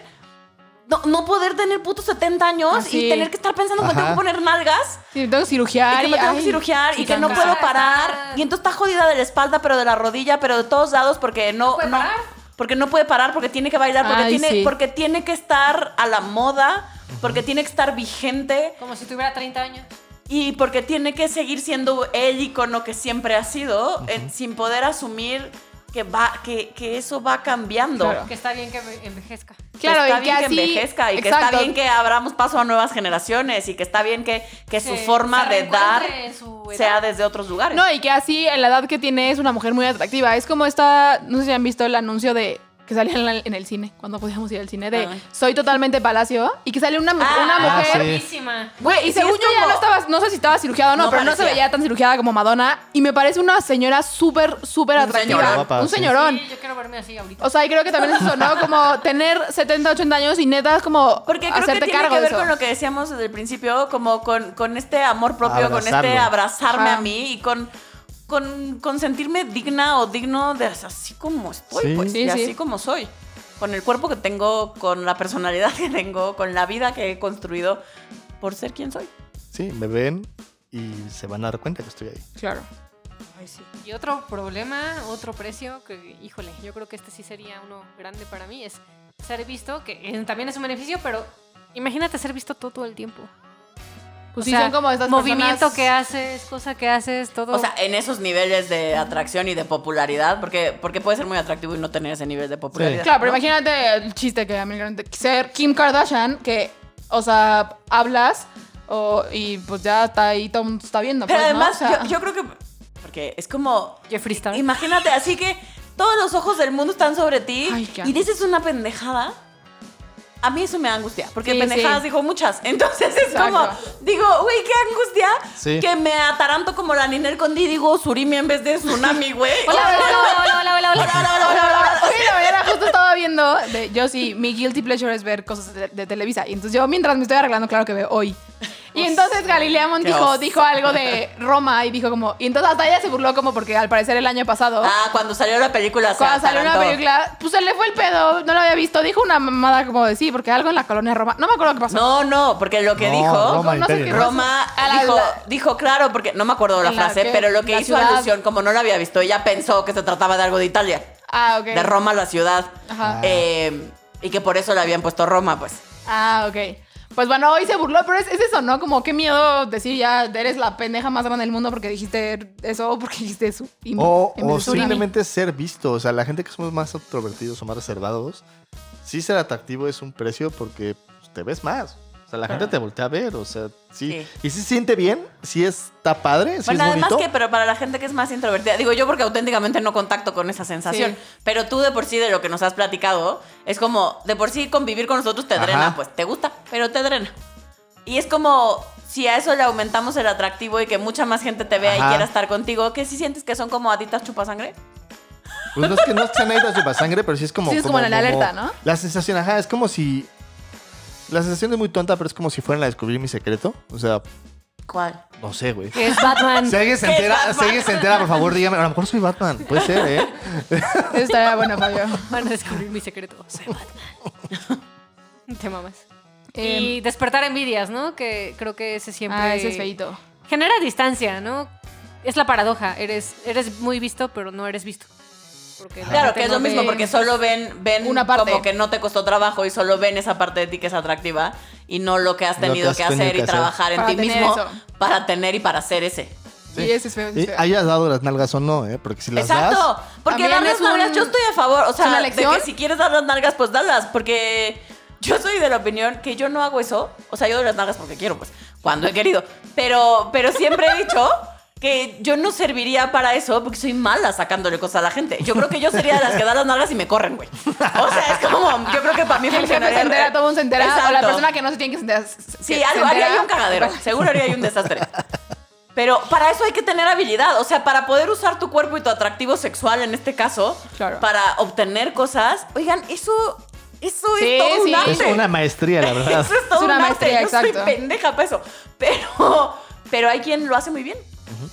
Speaker 1: no, no poder tener putos 70 años
Speaker 3: Ah, sí.
Speaker 1: y tener que estar pensando que me tengo que
Speaker 5: Ajá.
Speaker 1: poner nalgas
Speaker 3: Sí, me tengo que cirugiar.
Speaker 1: y que me tengo
Speaker 3: ay,
Speaker 1: que cirugiar y que no
Speaker 3: chingada.
Speaker 1: puedo parar. Y entonces está jodida de la espalda, pero de la rodilla, pero de todos lados porque no...
Speaker 2: puede
Speaker 1: no-
Speaker 2: parar.
Speaker 1: Porque no puede parar, porque tiene que bailar, porque,
Speaker 3: Ay,
Speaker 1: tiene,
Speaker 3: sí.
Speaker 1: porque tiene que estar a la moda, porque tiene que estar vigente
Speaker 2: Como si tuviera 30 años.
Speaker 1: y porque tiene que seguir siendo el icono que siempre ha sido, eh, sin poder asumir que, va, que, que eso va cambiando.
Speaker 3: Claro.
Speaker 2: Que está bien que envejezca.
Speaker 3: Claro,
Speaker 1: que pues está bien
Speaker 3: y que
Speaker 1: que
Speaker 3: así-
Speaker 1: envejezca y que
Speaker 3: exacto.
Speaker 1: está bien que abramos paso a nuevas generaciones y que está bien que, que su
Speaker 2: Que
Speaker 1: forma
Speaker 2: se
Speaker 1: de dar
Speaker 2: reencuentre en su edad.
Speaker 1: sea desde otros lugares.
Speaker 3: No, y que así en la edad que tiene es una mujer muy atractiva. Es como esta, no sé si han visto el anuncio de que salía en, la- en el cine, cuando podíamos ir al cine, de
Speaker 1: Ah.
Speaker 3: Soy totalmente palacio, y que sale una, mu-
Speaker 1: Ah,
Speaker 3: una
Speaker 5: ah,
Speaker 3: mujer.
Speaker 5: sí.
Speaker 2: Buenísima.
Speaker 3: Güey, y
Speaker 1: Sí,
Speaker 3: según
Speaker 1: es
Speaker 3: yo ya
Speaker 1: como-
Speaker 3: no estabas, no sé si estaba cirugiada o no,
Speaker 1: No
Speaker 3: pero no se
Speaker 1: parecía.
Speaker 3: veía tan cirugiada como Madonna. Y me parece una señora súper, súper
Speaker 1: Un
Speaker 3: atractiva.
Speaker 1: señorón.
Speaker 5: Guapa,
Speaker 3: un
Speaker 5: sí.
Speaker 3: señorón.
Speaker 2: Sí, yo quiero verme así ahorita.
Speaker 3: O sea, y creo que también es eso, ¿no? Como tener 70, 80 años y neta es como
Speaker 1: Porque creo que
Speaker 3: hacerte
Speaker 1: tiene
Speaker 3: cargo
Speaker 1: que
Speaker 3: de
Speaker 1: ver
Speaker 3: eso.
Speaker 1: con lo que decíamos desde el principio, como con, con este amor propio, con
Speaker 5: Abrazarlo.
Speaker 1: este abrazarme
Speaker 3: Ajá.
Speaker 1: a mí y con, con, con sentirme digna o digno de así como estoy,
Speaker 5: Sí.
Speaker 1: pues,
Speaker 3: Sí,
Speaker 1: y
Speaker 3: sí.
Speaker 1: así como soy. Con el cuerpo que tengo, con la personalidad que tengo, con la vida que he construido por ser quien soy.
Speaker 5: Sí, me ven y se van a dar cuenta que estoy ahí.
Speaker 3: Claro.
Speaker 2: Y otro problema, otro precio, que híjole, yo creo que este sí sería uno grande para mí, es ser visto, que eh, también es un beneficio, pero imagínate ser visto todo, todo el tiempo.
Speaker 3: Pues
Speaker 2: O
Speaker 3: sí,
Speaker 2: sea,
Speaker 3: son como estas
Speaker 2: movimiento
Speaker 3: personas-
Speaker 2: que haces, cosa que haces, todo.
Speaker 1: O sea, en esos niveles de atracción y de popularidad, porque, porque puede ser muy atractivo y no tener ese nivel de popularidad.
Speaker 3: Claro, pero
Speaker 1: ¿no?
Speaker 3: imagínate el chiste que a mí me ser Kim Kardashian, que, o sea, hablas o, y pues ya está ahí, todo el mundo está viendo.
Speaker 1: Pero
Speaker 3: pues, ¿no?
Speaker 1: además,
Speaker 3: O sea,
Speaker 1: yo, yo creo que. Porque es como.
Speaker 2: Jeffree Star.
Speaker 1: Imagínate, así que todos los ojos del mundo están sobre ti
Speaker 3: Ay, qué
Speaker 1: y dices una pendejada. A mí eso me da angustia, porque
Speaker 3: Sí,
Speaker 1: pendejadas
Speaker 3: sí.
Speaker 1: digo muchas. Entonces es
Speaker 3: Exacto.
Speaker 1: como, digo, güey, qué angustia
Speaker 5: Sí.
Speaker 1: que me ataranto como la Ninel Conde y digo Surimi en vez de Tsunami, güey.
Speaker 2: Hola, hola, hola, hola, hola, hola, hola.
Speaker 3: Hoy en la mañana justo estaba viendo, de- yo sí, mi guilty pleasure es ver cosas de, de Televisa. Y entonces yo mientras me estoy arreglando, claro que veo hoy. Y entonces Galilea Montijo
Speaker 1: oso.
Speaker 3: dijo algo de Roma y dijo como, y entonces hasta ella se burló como porque al parecer el año pasado,
Speaker 1: Ah, cuando salió la película. se
Speaker 3: cuando salió una
Speaker 1: atarantó.
Speaker 3: película, pues se le fue el pedo, no lo había visto, dijo una mamada como de sí, porque algo en la colonia Roma, no me acuerdo qué pasó.
Speaker 1: No, no, porque lo que
Speaker 5: No,
Speaker 1: dijo.
Speaker 5: Roma
Speaker 3: No sé
Speaker 5: Imperio,
Speaker 3: qué
Speaker 5: ¿no?
Speaker 3: pasó.
Speaker 1: Roma
Speaker 3: A la-
Speaker 1: dijo,
Speaker 3: la-
Speaker 1: dijo, claro, porque no me acuerdo la,
Speaker 3: ¿La
Speaker 1: frase,
Speaker 3: qué?
Speaker 1: pero lo que
Speaker 3: La
Speaker 1: hizo
Speaker 3: ciudad.
Speaker 1: alusión, como no la había visto, ella pensó que se trataba de algo de Italia,
Speaker 3: Ah, ok.
Speaker 1: de Roma la ciudad,
Speaker 3: Ajá.
Speaker 1: Eh, y que por eso le habían puesto Roma, pues.
Speaker 3: Ah, ok. Pues bueno, hoy se burló, pero es, es eso, ¿no? Como qué miedo decir ya eres la pendeja más grande del mundo porque dijiste eso o porque dijiste eso. y-
Speaker 5: O,
Speaker 3: en vez
Speaker 5: o
Speaker 3: de surimi.
Speaker 5: simplemente ser visto. O sea, la gente que somos más introvertidos o más reservados, sí ser atractivo es un precio porque pues, te ves más. O sea, la gente te voltea a ver. O sea,
Speaker 1: Sí.
Speaker 5: sí. Y si se siente bien, si está padre, si
Speaker 1: bueno,
Speaker 5: es
Speaker 1: además
Speaker 5: bonito.
Speaker 1: que, pero para la gente que es más introvertida, digo yo porque auténticamente no contacto con esa sensación,
Speaker 3: Sí.
Speaker 1: pero tú de por sí de lo que nos has platicado, es como, de por sí convivir con nosotros te
Speaker 5: Ajá.
Speaker 1: drena, pues te gusta, pero te drena. Y es como, si a eso le aumentamos el atractivo y que mucha más gente te vea
Speaker 5: Ajá.
Speaker 1: y quiera estar contigo, que si sientes que son como aditas chupasangre.
Speaker 5: Pues no es que no sean ahí de sangre, pero sí es como.
Speaker 3: Sí, es como la alerta, ¿no?
Speaker 5: La sensación, ajá, es como si. La sensación es muy tonta, pero es como si fueran a descubrir mi secreto. O sea,
Speaker 1: ¿Cuál?
Speaker 5: no sé, güey.
Speaker 2: Que es Batman.
Speaker 5: Si alguien se
Speaker 1: ¿Qué es
Speaker 5: entera, si
Speaker 1: Batman?
Speaker 5: alguien se entera, por favor, dígame. A lo mejor soy Batman. Puede ser, ¿eh?
Speaker 3: Eso estaría bueno, Fabio.
Speaker 2: Van a descubrir mi secreto. Soy Batman. Te mamas.
Speaker 3: Eh,
Speaker 2: y despertar envidias, ¿no? Que creo que ese siempre.
Speaker 3: ah, ese es feito.
Speaker 2: Genera distancia, ¿no? Es la paradoja. Eres, eres muy visto, pero no eres visto. Porque la
Speaker 1: Claro,
Speaker 2: gente
Speaker 1: que es lo
Speaker 2: no
Speaker 1: mismo,
Speaker 2: ve-
Speaker 1: porque solo ven, ven
Speaker 3: Una parte.
Speaker 1: como que no te costó trabajo y solo ven esa parte de ti que es atractiva y no lo que has
Speaker 5: Lo que
Speaker 1: tenido
Speaker 5: has
Speaker 1: que
Speaker 5: tenido
Speaker 1: hacer
Speaker 5: que
Speaker 1: y
Speaker 5: hacer.
Speaker 1: trabajar en
Speaker 3: Para
Speaker 1: ti
Speaker 3: tener
Speaker 1: mismo
Speaker 3: eso.
Speaker 1: para tener y para ser ese.
Speaker 3: Sí, ese es feo. ese es
Speaker 5: Y
Speaker 3: feo.
Speaker 5: Eh, hayas dado las nalgas o no, ¿eh? Porque si las
Speaker 1: Exacto,
Speaker 5: das.
Speaker 1: porque dar
Speaker 3: También
Speaker 1: las
Speaker 3: es un-
Speaker 1: nalgas, yo estoy a favor, o
Speaker 3: una
Speaker 1: sea, de
Speaker 3: elección.
Speaker 1: que si quieres dar las nalgas, pues dalas, porque yo soy de la opinión que yo no hago eso, o sea, yo doy las nalgas porque quiero, pues, cuando he querido, pero, pero siempre he dicho que yo no serviría para eso porque soy mala sacándole cosas a la gente. Yo creo que yo sería de las que da las nalgas y me corren, güey. O sea, es como, yo creo que para mí
Speaker 3: Que el jefe se
Speaker 1: funcionaría.
Speaker 3: entera, todo el mundo se entera. O la
Speaker 1: Exacto.
Speaker 3: persona que no se tiene que enterar.
Speaker 1: Sí, algo, haría ahí un cagadero. Seguro haría ahí un desastre. Pero para eso hay que tener habilidad. O sea, para poder usar tu cuerpo y tu atractivo sexual en este caso,
Speaker 3: Claro.
Speaker 1: para obtener cosas. Oigan, eso, eso
Speaker 3: Sí,
Speaker 1: es todo
Speaker 3: sí.
Speaker 1: un arte.
Speaker 5: Es una maestría, la verdad.
Speaker 1: Eso es todo
Speaker 3: Es una
Speaker 1: un arte.
Speaker 3: maestría,
Speaker 1: Yo soy
Speaker 3: exacto.
Speaker 1: pendeja para eso. Pero, pero hay quien lo hace muy bien.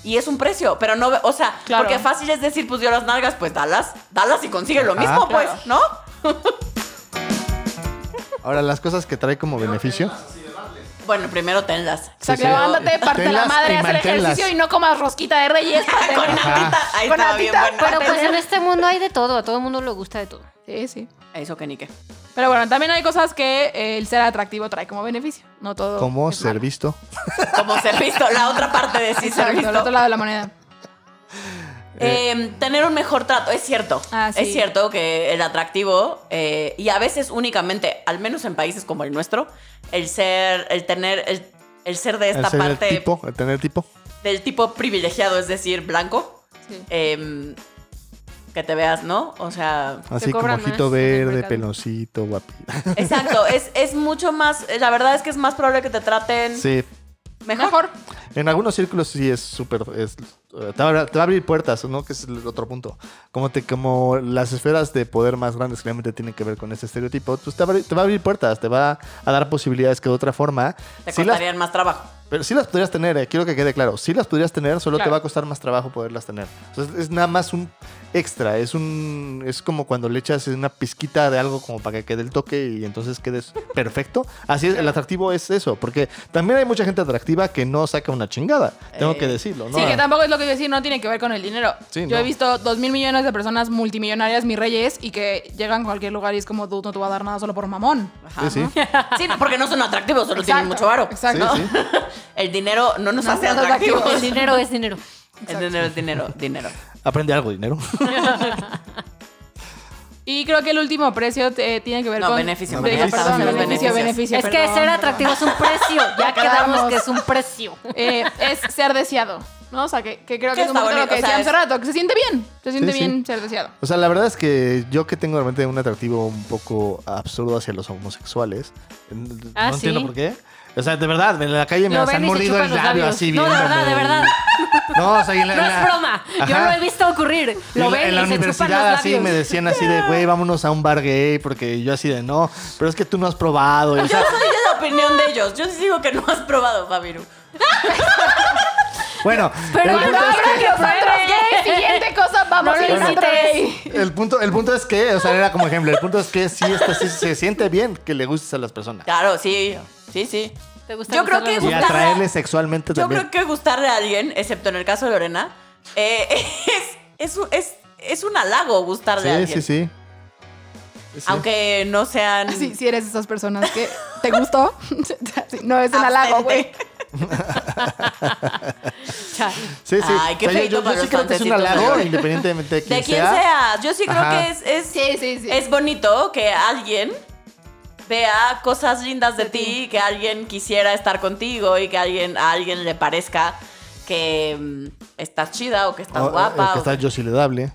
Speaker 1: Y es un precio, pero no, o sea,
Speaker 3: Claro.
Speaker 1: porque fácil es decir, pues dio las nalgas, pues dalas, dalas y consigue lo mismo,
Speaker 5: Ajá.
Speaker 1: pues,
Speaker 3: Claro.
Speaker 1: ¿no?
Speaker 5: Ahora, las cosas que trae como beneficio.
Speaker 1: Bueno, primero tenlas.
Speaker 3: O sea,
Speaker 5: Sí,
Speaker 3: que
Speaker 5: sí.
Speaker 3: levántate, parte la
Speaker 5: Tenlas y
Speaker 3: madre, haz el
Speaker 5: manténlas.
Speaker 3: ejercicio y no comas rosquita de reyes. parte-
Speaker 1: Con natita, ahí
Speaker 3: Con
Speaker 1: estaba bien
Speaker 3: natita,
Speaker 1: buena.
Speaker 2: Pero pues en este mundo hay de todo. A todo el mundo le gusta de todo.
Speaker 3: Sí, sí.
Speaker 1: Eso que ni qué.
Speaker 3: Pero bueno, también hay cosas que eh, el ser atractivo trae como beneficio. No todo.
Speaker 5: Como
Speaker 3: es malo.
Speaker 5: ser visto.
Speaker 1: Como ser visto, la otra parte de sí ser
Speaker 3: Exacto, el otro
Speaker 1: visto.
Speaker 3: lado de la moneda.
Speaker 1: Eh, tener un mejor trato, es cierto.
Speaker 3: Ah, sí.
Speaker 1: Es cierto que el atractivo, eh, y a veces únicamente, al menos en países como el nuestro, el ser, el tener, el, el ser de esta
Speaker 5: el ser el
Speaker 1: parte
Speaker 5: tipo, el tener tipo.
Speaker 1: del tipo privilegiado, es decir, blanco,
Speaker 3: Sí.
Speaker 1: eh, que te veas, ¿no? O sea,
Speaker 5: Así
Speaker 2: Te
Speaker 5: como
Speaker 2: cobran
Speaker 5: ojito
Speaker 2: más en el
Speaker 5: verde,
Speaker 2: mercado.
Speaker 5: peloncito, guapito.
Speaker 1: exacto, es, es mucho más, la verdad es que es más probable que te traten
Speaker 5: Sí.
Speaker 1: mejor.
Speaker 3: Mejor.
Speaker 5: En algunos círculos sí es súper. es, eh, te, va a, te va a abrir puertas, ¿no? Que es el otro punto. Como, te, como las esferas de poder más grandes que realmente tienen que ver con ese estereotipo, pues te, va a abrir- te va a abrir puertas, te va a dar posibilidades que de otra forma.
Speaker 1: Te
Speaker 5: sí las-
Speaker 1: costarían más trabajo.
Speaker 5: pero sí las podrías tener, eh, quiero que quede claro. Sí las podrías tener, solo te
Speaker 3: Claro.
Speaker 5: va a costar más trabajo poderlas tener. Entonces es nada más un extra, es un es como cuando le echas una pizquita de algo como para que quede el toque y entonces quedes perfecto. Así es, el atractivo es eso, porque también hay mucha gente atractiva que no saca una chingada, tengo
Speaker 1: Eh,
Speaker 5: que decirlo, ¿no? Ah,
Speaker 3: Sí, que tampoco es lo que iba a decir, no tiene que ver con el dinero.
Speaker 5: Sí,
Speaker 3: Yo
Speaker 5: no.
Speaker 3: he visto dos mil millones de personas multimillonarias, mis reyes, y que llegan a cualquier lugar y es como, dude, no te voy a dar nada solo por mamón.
Speaker 1: Ajá.
Speaker 5: Sí, sí.
Speaker 1: Sí, porque no son atractivos, solo tienen
Speaker 3: Exacto,
Speaker 1: mucho varo.
Speaker 3: exacto.
Speaker 1: ¿no?
Speaker 5: Sí, sí.
Speaker 1: El dinero no nos hace
Speaker 3: nos hace
Speaker 1: atractivos.
Speaker 2: El dinero es dinero.
Speaker 1: El dinero, el dinero, dinero.
Speaker 5: Aprende algo, dinero.
Speaker 3: Y creo que el último precio eh, tiene que ver
Speaker 1: No,
Speaker 3: con...
Speaker 1: beneficio,
Speaker 3: Digo,
Speaker 5: beneficio.
Speaker 3: perdón,
Speaker 5: Los
Speaker 3: beneficio,
Speaker 1: beneficios.
Speaker 3: beneficio,
Speaker 2: es que
Speaker 3: perdón,
Speaker 2: ser
Speaker 3: perdón.
Speaker 2: atractivo es un precio. Ya
Speaker 3: quedamos.
Speaker 2: quedamos que es un precio.
Speaker 3: Eh, es ser deseado, ¿no? O sea, que, que creo
Speaker 1: Que
Speaker 3: que es un
Speaker 1: está
Speaker 3: poco lo
Speaker 1: bonito,
Speaker 3: que
Speaker 1: o sea,
Speaker 3: decía hace
Speaker 1: es-
Speaker 3: rato, que se siente bien, se siente
Speaker 5: sí.
Speaker 3: bien ser deseado.
Speaker 5: O sea, la verdad es que yo que tengo realmente un atractivo un poco absurdo hacia los homosexuales, n-
Speaker 2: Ah,
Speaker 5: no entiendo
Speaker 2: sí.
Speaker 5: por qué. O sea, de verdad, en la calle me
Speaker 2: Lo
Speaker 5: las
Speaker 2: ven
Speaker 5: han
Speaker 2: y se
Speaker 5: mordido
Speaker 2: chupan
Speaker 5: el
Speaker 2: los
Speaker 5: labio
Speaker 2: labios.
Speaker 5: así
Speaker 2: No, de
Speaker 5: viéndome.
Speaker 2: verdad, de verdad.
Speaker 5: No, o sea, y en la,
Speaker 2: No
Speaker 5: en la-
Speaker 2: es broma. Yo
Speaker 5: Ajá.
Speaker 2: lo he visto ocurrir. Lo
Speaker 5: en la-
Speaker 2: ven
Speaker 5: en la
Speaker 2: y se chupan los
Speaker 5: universidad
Speaker 2: labios.
Speaker 5: así me decían así de, güey, vámonos a un bar gay, porque yo así de, no, pero es que tú no has probado. y, o
Speaker 1: Yo
Speaker 5: sea,
Speaker 1: soy de la opinión de ellos. Yo les digo que no has probado, Fabiru.
Speaker 5: bueno,
Speaker 2: Pero
Speaker 5: el,
Speaker 2: no,
Speaker 5: punto es
Speaker 2: ahora que
Speaker 3: Nosotros
Speaker 2: pruebe.
Speaker 3: gay, siguiente cosa, vamos
Speaker 2: No
Speaker 3: a
Speaker 2: lo
Speaker 3: ir a otro
Speaker 2: visites.
Speaker 3: gay.
Speaker 5: que, el, punto, el punto es que, o sea, era como ejemplo, el punto es que sí, está, sí se siente bien que le gustes a las personas.
Speaker 1: Claro, sí, sí, sí.
Speaker 2: ¿Te gusta
Speaker 1: Yo creo
Speaker 2: gustarle
Speaker 1: que
Speaker 2: a los
Speaker 5: Y
Speaker 1: gustarle-
Speaker 5: atraerle sexualmente
Speaker 1: Yo
Speaker 5: también.
Speaker 1: creo que gustarle a alguien, excepto en el caso de Lorena, eh, es, es, un- es, es un halago gustarle a
Speaker 5: Sí,
Speaker 1: alguien.
Speaker 5: sí, sí. Sí.
Speaker 1: Aunque no sean...
Speaker 3: Ah, Sí, si eres de esas personas que te gustó, no es un halago, güey.
Speaker 1: Abstente.
Speaker 5: Sí, sí.
Speaker 1: Ay, qué
Speaker 5: yo-
Speaker 1: feíto
Speaker 5: yo, yo
Speaker 1: para
Speaker 5: sí
Speaker 1: los
Speaker 5: creo que es un
Speaker 1: fantecitos,
Speaker 5: halago,
Speaker 1: ¿no?
Speaker 5: independientemente de quién,
Speaker 1: De quien sea. Yo sí creo
Speaker 5: Ajá.
Speaker 1: que es, es,
Speaker 3: Sí, sí, sí.
Speaker 1: es bonito que alguien vea cosas lindas de, ti, que alguien quisiera estar contigo y que alguien, a alguien le parezca que mm, estás chida o que estás
Speaker 5: O- o
Speaker 1: guapa.
Speaker 5: Oh, que
Speaker 1: o-
Speaker 5: está yo sí le dable.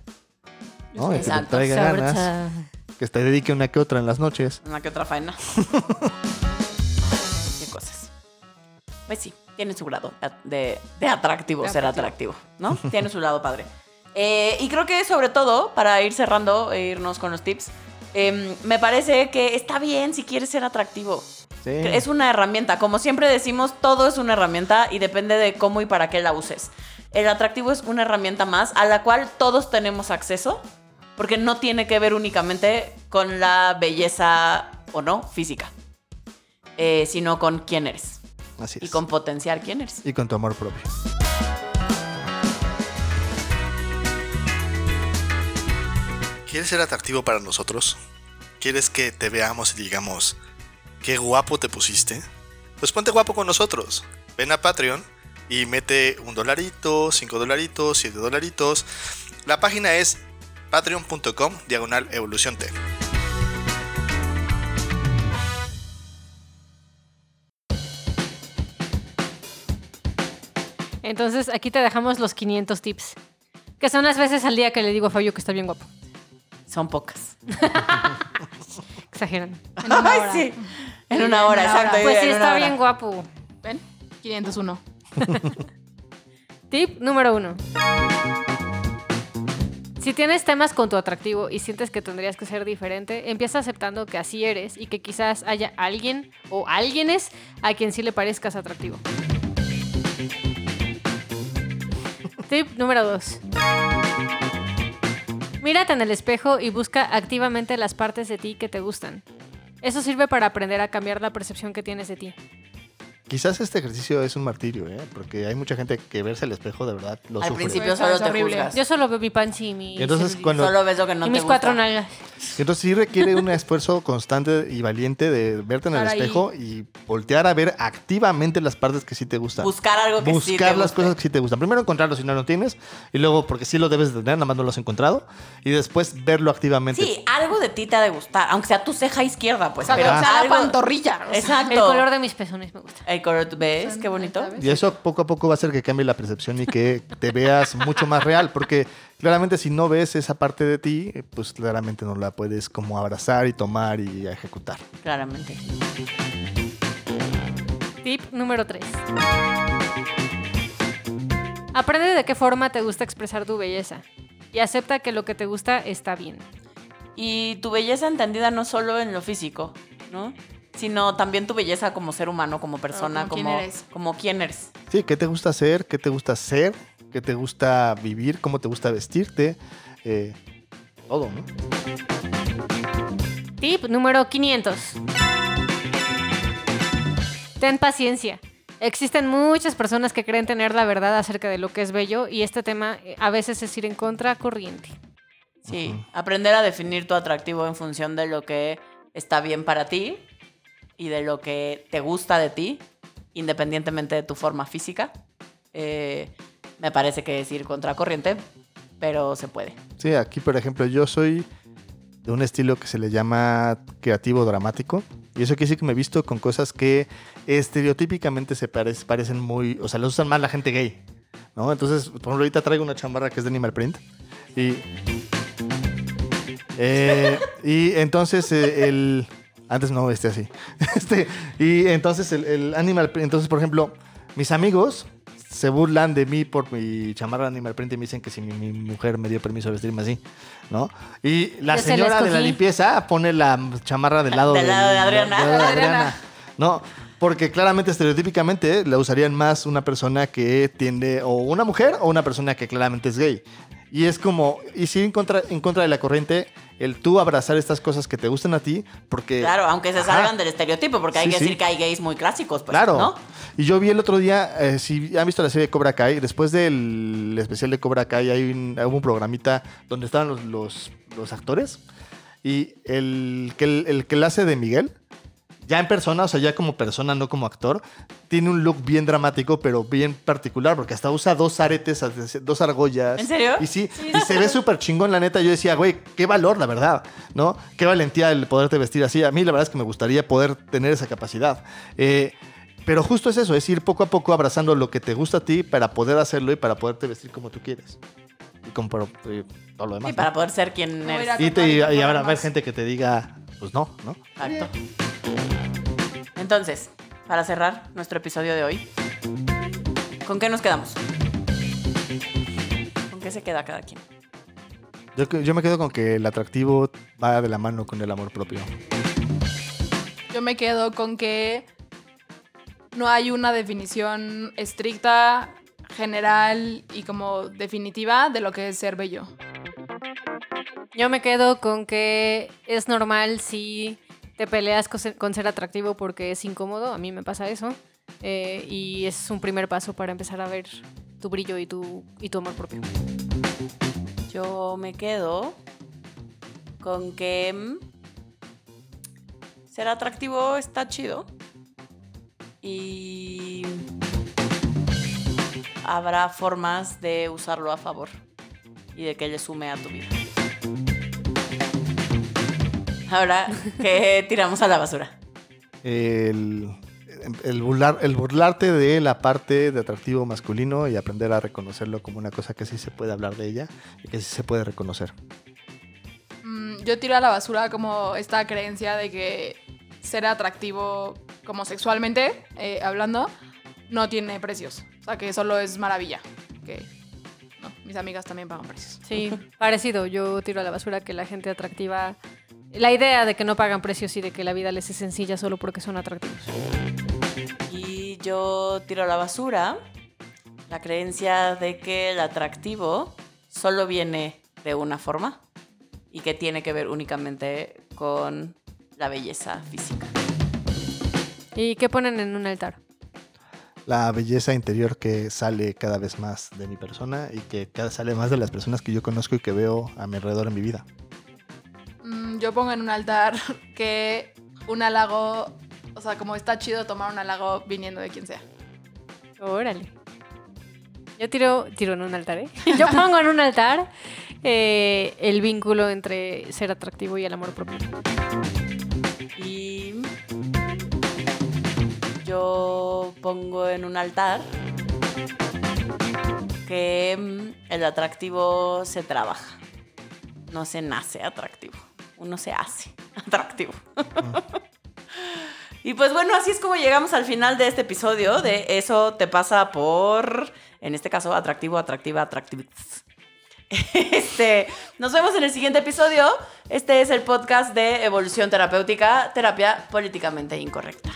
Speaker 5: ¿no? Y Que te
Speaker 1: Exacto.
Speaker 5: traiga ganas.
Speaker 2: Sabrosa.
Speaker 5: Que te dedique una que otra en las noches.
Speaker 1: Una que otra faena. Qué cosas. Pues sí, tiene su grado de, de atractivo,
Speaker 3: De
Speaker 1: ser atractivo, ¿no? tiene su lado padre. Eh, y creo que sobre todo, para ir cerrando e irnos con los tips, em, me parece que está bien si quieres ser atractivo.
Speaker 5: Sí.
Speaker 1: Es una herramienta. Como siempre decimos, todo es una herramienta y depende de cómo y para qué la uses. El atractivo es una herramienta más a la cual todos tenemos acceso porque no tiene que ver únicamente con la belleza o no física, eh, sino con quién eres
Speaker 5: Así
Speaker 1: y
Speaker 5: es.
Speaker 1: con potenciar quién eres.
Speaker 5: Y con tu amor propio.
Speaker 7: ¿Quieres ser atractivo para nosotros? ¿Quieres que te veamos y digamos, qué guapo te pusiste? Pues ponte guapo con nosotros. Ven a Patreon y mete un dolarito, cinco dolaritos, siete dolaritos. La página es patreon.com diagonal evolución T.
Speaker 2: Entonces, aquí te dejamos los 500 tips. Que son las veces al día que le digo a Fabio que está bien guapo.
Speaker 1: Son pocas.
Speaker 2: Exagerando.
Speaker 3: En una
Speaker 1: Ay,
Speaker 3: hora.
Speaker 1: sí. En una hora,
Speaker 3: En una hora.
Speaker 1: exacto.
Speaker 2: Pues sí,
Speaker 1: en una
Speaker 2: está
Speaker 1: hora.
Speaker 2: bien guapo.
Speaker 3: Ven, 501.
Speaker 2: Tip número uno. Si tienes temas con tu atractivo y sientes que tendrías que ser diferente, empieza aceptando que así eres y que quizás haya alguien o alguienes a quien sí le parezcas atractivo. Tip número dos. Mírate en el espejo y busca activamente las partes de ti que te gustan. Eso sirve para aprender a cambiar la percepción que tienes de ti.
Speaker 5: Quizás este ejercicio es un martirio, ¿eh? Porque hay mucha gente que verse al espejo de verdad lo
Speaker 1: Al
Speaker 5: sufre.
Speaker 1: principio
Speaker 3: Está-
Speaker 1: solo
Speaker 3: está
Speaker 1: te
Speaker 3: horrible.
Speaker 1: juzgas.
Speaker 2: Yo solo veo mi panchi y mi...
Speaker 5: Y entonces
Speaker 2: celulitis.
Speaker 5: cuando-
Speaker 1: Solo ves lo que no
Speaker 2: y
Speaker 1: te
Speaker 2: mis
Speaker 1: gusta.
Speaker 2: cuatro nalgas.
Speaker 5: Entonces sí requiere un esfuerzo constante y valiente de verte en el
Speaker 3: Estar ahí.
Speaker 5: espejo y voltear a ver activamente las partes que sí te gustan.
Speaker 1: Buscar algo que sí te
Speaker 5: buscar las
Speaker 1: guste.
Speaker 5: cosas que sí te gustan. Primero encontrarlo si no lo tienes, y luego porque sí lo debes de tener, nada más no lo has encontrado, y después verlo activamente.
Speaker 1: Sí, algo de ti te ha de gustar, aunque sea tu ceja izquierda, pues.
Speaker 3: O sea,
Speaker 1: pero
Speaker 3: o sea, la
Speaker 1: algo-
Speaker 3: pantorrilla. o sea.
Speaker 1: Exacto.
Speaker 2: El color de mis pezones me gusta.
Speaker 1: Eh, makeover, ¿ves? Qué bonito.
Speaker 3: ¿Sabes?
Speaker 5: Y eso poco a poco va a hacer que cambie la percepción y que te veas mucho más real, porque claramente si no ves esa parte de ti, eh, pues claramente no la puedes como abrazar y tomar y ejecutar.
Speaker 1: Claramente.
Speaker 2: Tip número 3. Aprende de qué forma te gusta expresar tu belleza y acepta que lo que te gusta está bien.
Speaker 1: Y tu belleza entendida no solo en lo físico, ¿no? Sino también tu belleza como ser humano, como persona,
Speaker 3: como quién
Speaker 1: como,
Speaker 3: eres.
Speaker 1: como quién eres.
Speaker 5: Sí, ¿qué te gusta hacer? ¿Qué te gusta ser? ¿Qué te gusta vivir? ¿Cómo te gusta vestirte? Eh, todo, ¿no?
Speaker 2: Tip número 500. Ten paciencia. Existen muchas personas que creen tener la verdad acerca de lo que es bello y este tema eh, a veces es ir en contra corriente.
Speaker 1: Sí, aprender a definir tu atractivo en función de lo que está bien para ti y de lo que te gusta de ti, independientemente de tu forma física. Eh, me parece que es ir contracorriente, pero se puede.
Speaker 5: Sí, aquí por ejemplo yo soy de un estilo que se le llama creativo dramático. Y eso quiere decir que me he visto con cosas que estereotípicamente se parec- parecen muy... O sea, las usan más la gente gay. ¿no? Entonces, por ejemplo, ahorita traigo una chambarra que es de Animal Print. Y... Eh, y entonces eh, el... Antes no este así. Este, y entonces el, el Animal Print... Entonces, por ejemplo, mis amigos se burlan de mí por mi chamarra Animal Print y me dicen que si mi, mi mujer me dio permiso de vestirme así, ¿no? Y la
Speaker 2: Yo se la
Speaker 5: señora de la
Speaker 2: escogí.
Speaker 5: limpieza pone la chamarra del lado,
Speaker 1: Del lado de Adriana.
Speaker 5: del lado de
Speaker 3: Adriana.
Speaker 5: Adriana. No, porque claramente, estereotípicamente, la usarían más una persona que tiende o una mujer o una persona que claramente es gay. Y es como, y sí, en contra, en contra de la corriente, el tú abrazar estas cosas que te gustan a ti, porque...
Speaker 1: Claro, aunque se
Speaker 5: Ajá.
Speaker 1: salgan del estereotipo, porque hay
Speaker 5: Sí,
Speaker 1: que
Speaker 5: sí.
Speaker 1: decir que hay gays muy clásicos, pues,
Speaker 5: claro.
Speaker 1: ¿no?
Speaker 5: Y yo vi el otro día, eh, si han visto la serie de Cobra Kai, después del especial de Cobra Kai hay un, hubo un programita donde estaban los, los, los actores y el que, el, el que la hace de Miguel, ya en persona, o sea, ya como persona, no como actor, tiene un look bien dramático, pero bien particular, porque hasta usa dos aretes, dos argollas.
Speaker 1: ¿En serio?
Speaker 5: Y sí, y se ve súper chingón, la neta. Yo decía, güey, qué valor, la verdad, ¿no? Qué valentía el poderte vestir así. A mí, la verdad es que me gustaría poder tener esa capacidad. Eh, pero justo es eso, es ir poco a poco abrazando lo que te gusta a ti para poder hacerlo y para poderte vestir como tú quieres. Y como para, eh, todo lo demás.
Speaker 1: Y para
Speaker 5: ¿no?
Speaker 1: poder ser quien
Speaker 3: No,
Speaker 1: eres.
Speaker 3: mira,
Speaker 5: Y, te, y,
Speaker 3: Todo lo
Speaker 5: y habrá
Speaker 3: demás.
Speaker 5: gente que te diga, pues no, ¿no?
Speaker 1: Exacto. Entonces, para cerrar nuestro episodio de hoy, ¿con qué nos quedamos? ¿Con qué se queda cada quien?
Speaker 5: Yo, que- yo me quedo con que el atractivo va de la mano con el amor propio.
Speaker 3: Yo me quedo con que no hay una definición estricta, general y como definitiva de lo que es ser bello.
Speaker 2: Yo me quedo con que es normal si te peleas con ser, con ser atractivo porque es incómodo, a mí me pasa eso, eh, y es un primer paso para empezar a ver tu brillo y tu, y tu amor propio.
Speaker 1: Yo me quedo con que mm, ser atractivo está chido y habrá formas de usarlo a favor y de que le sume a tu vida. Ahora, ¿qué tiramos a la basura?
Speaker 5: El, el, burlar, el burlarte de la parte de atractivo masculino y aprender a reconocerlo como una cosa que sí se puede hablar de ella y que sí se puede reconocer.
Speaker 3: Mm, yo tiro a la basura como esta creencia de que ser atractivo como sexualmente, eh, hablando, no tiene precios. O sea, que solo es maravilla. Que no, mis amigas también pagan precios.
Speaker 2: Sí, parecido. Yo tiro a la basura que la gente atractiva. La idea de que no pagan precios y de que la vida les es sencilla solo porque son atractivos.
Speaker 1: Y yo tiro a la basura la creencia de que el atractivo solo viene de una forma y que tiene que ver únicamente con la belleza física.
Speaker 2: ¿Y qué ponen en un altar?
Speaker 5: La belleza interior que sale cada vez más de mi persona y que cada sale más de las personas que yo conozco y que veo a mi alrededor en mi vida.
Speaker 3: Mm, yo pongo en un altar que un halago, o sea, como está chido tomar un halago viniendo de quien sea.
Speaker 2: Órale. Yo tiro, tiro en un altar, ¿eh? Yo pongo en un altar eh, el vínculo entre ser atractivo y el amor propio.
Speaker 1: Y yo lo pongo en un altar que mm, el atractivo se trabaja. No se nace atractivo. Uno se hace atractivo. y pues bueno, así es como llegamos al final de este episodio de Eso te pasa por, en este caso, atractivo, atractiva, atractivists. Este, nos vemos en el siguiente episodio. Este es el podcast de Evolución Terapéutica, Terapia Políticamente Incorrecta.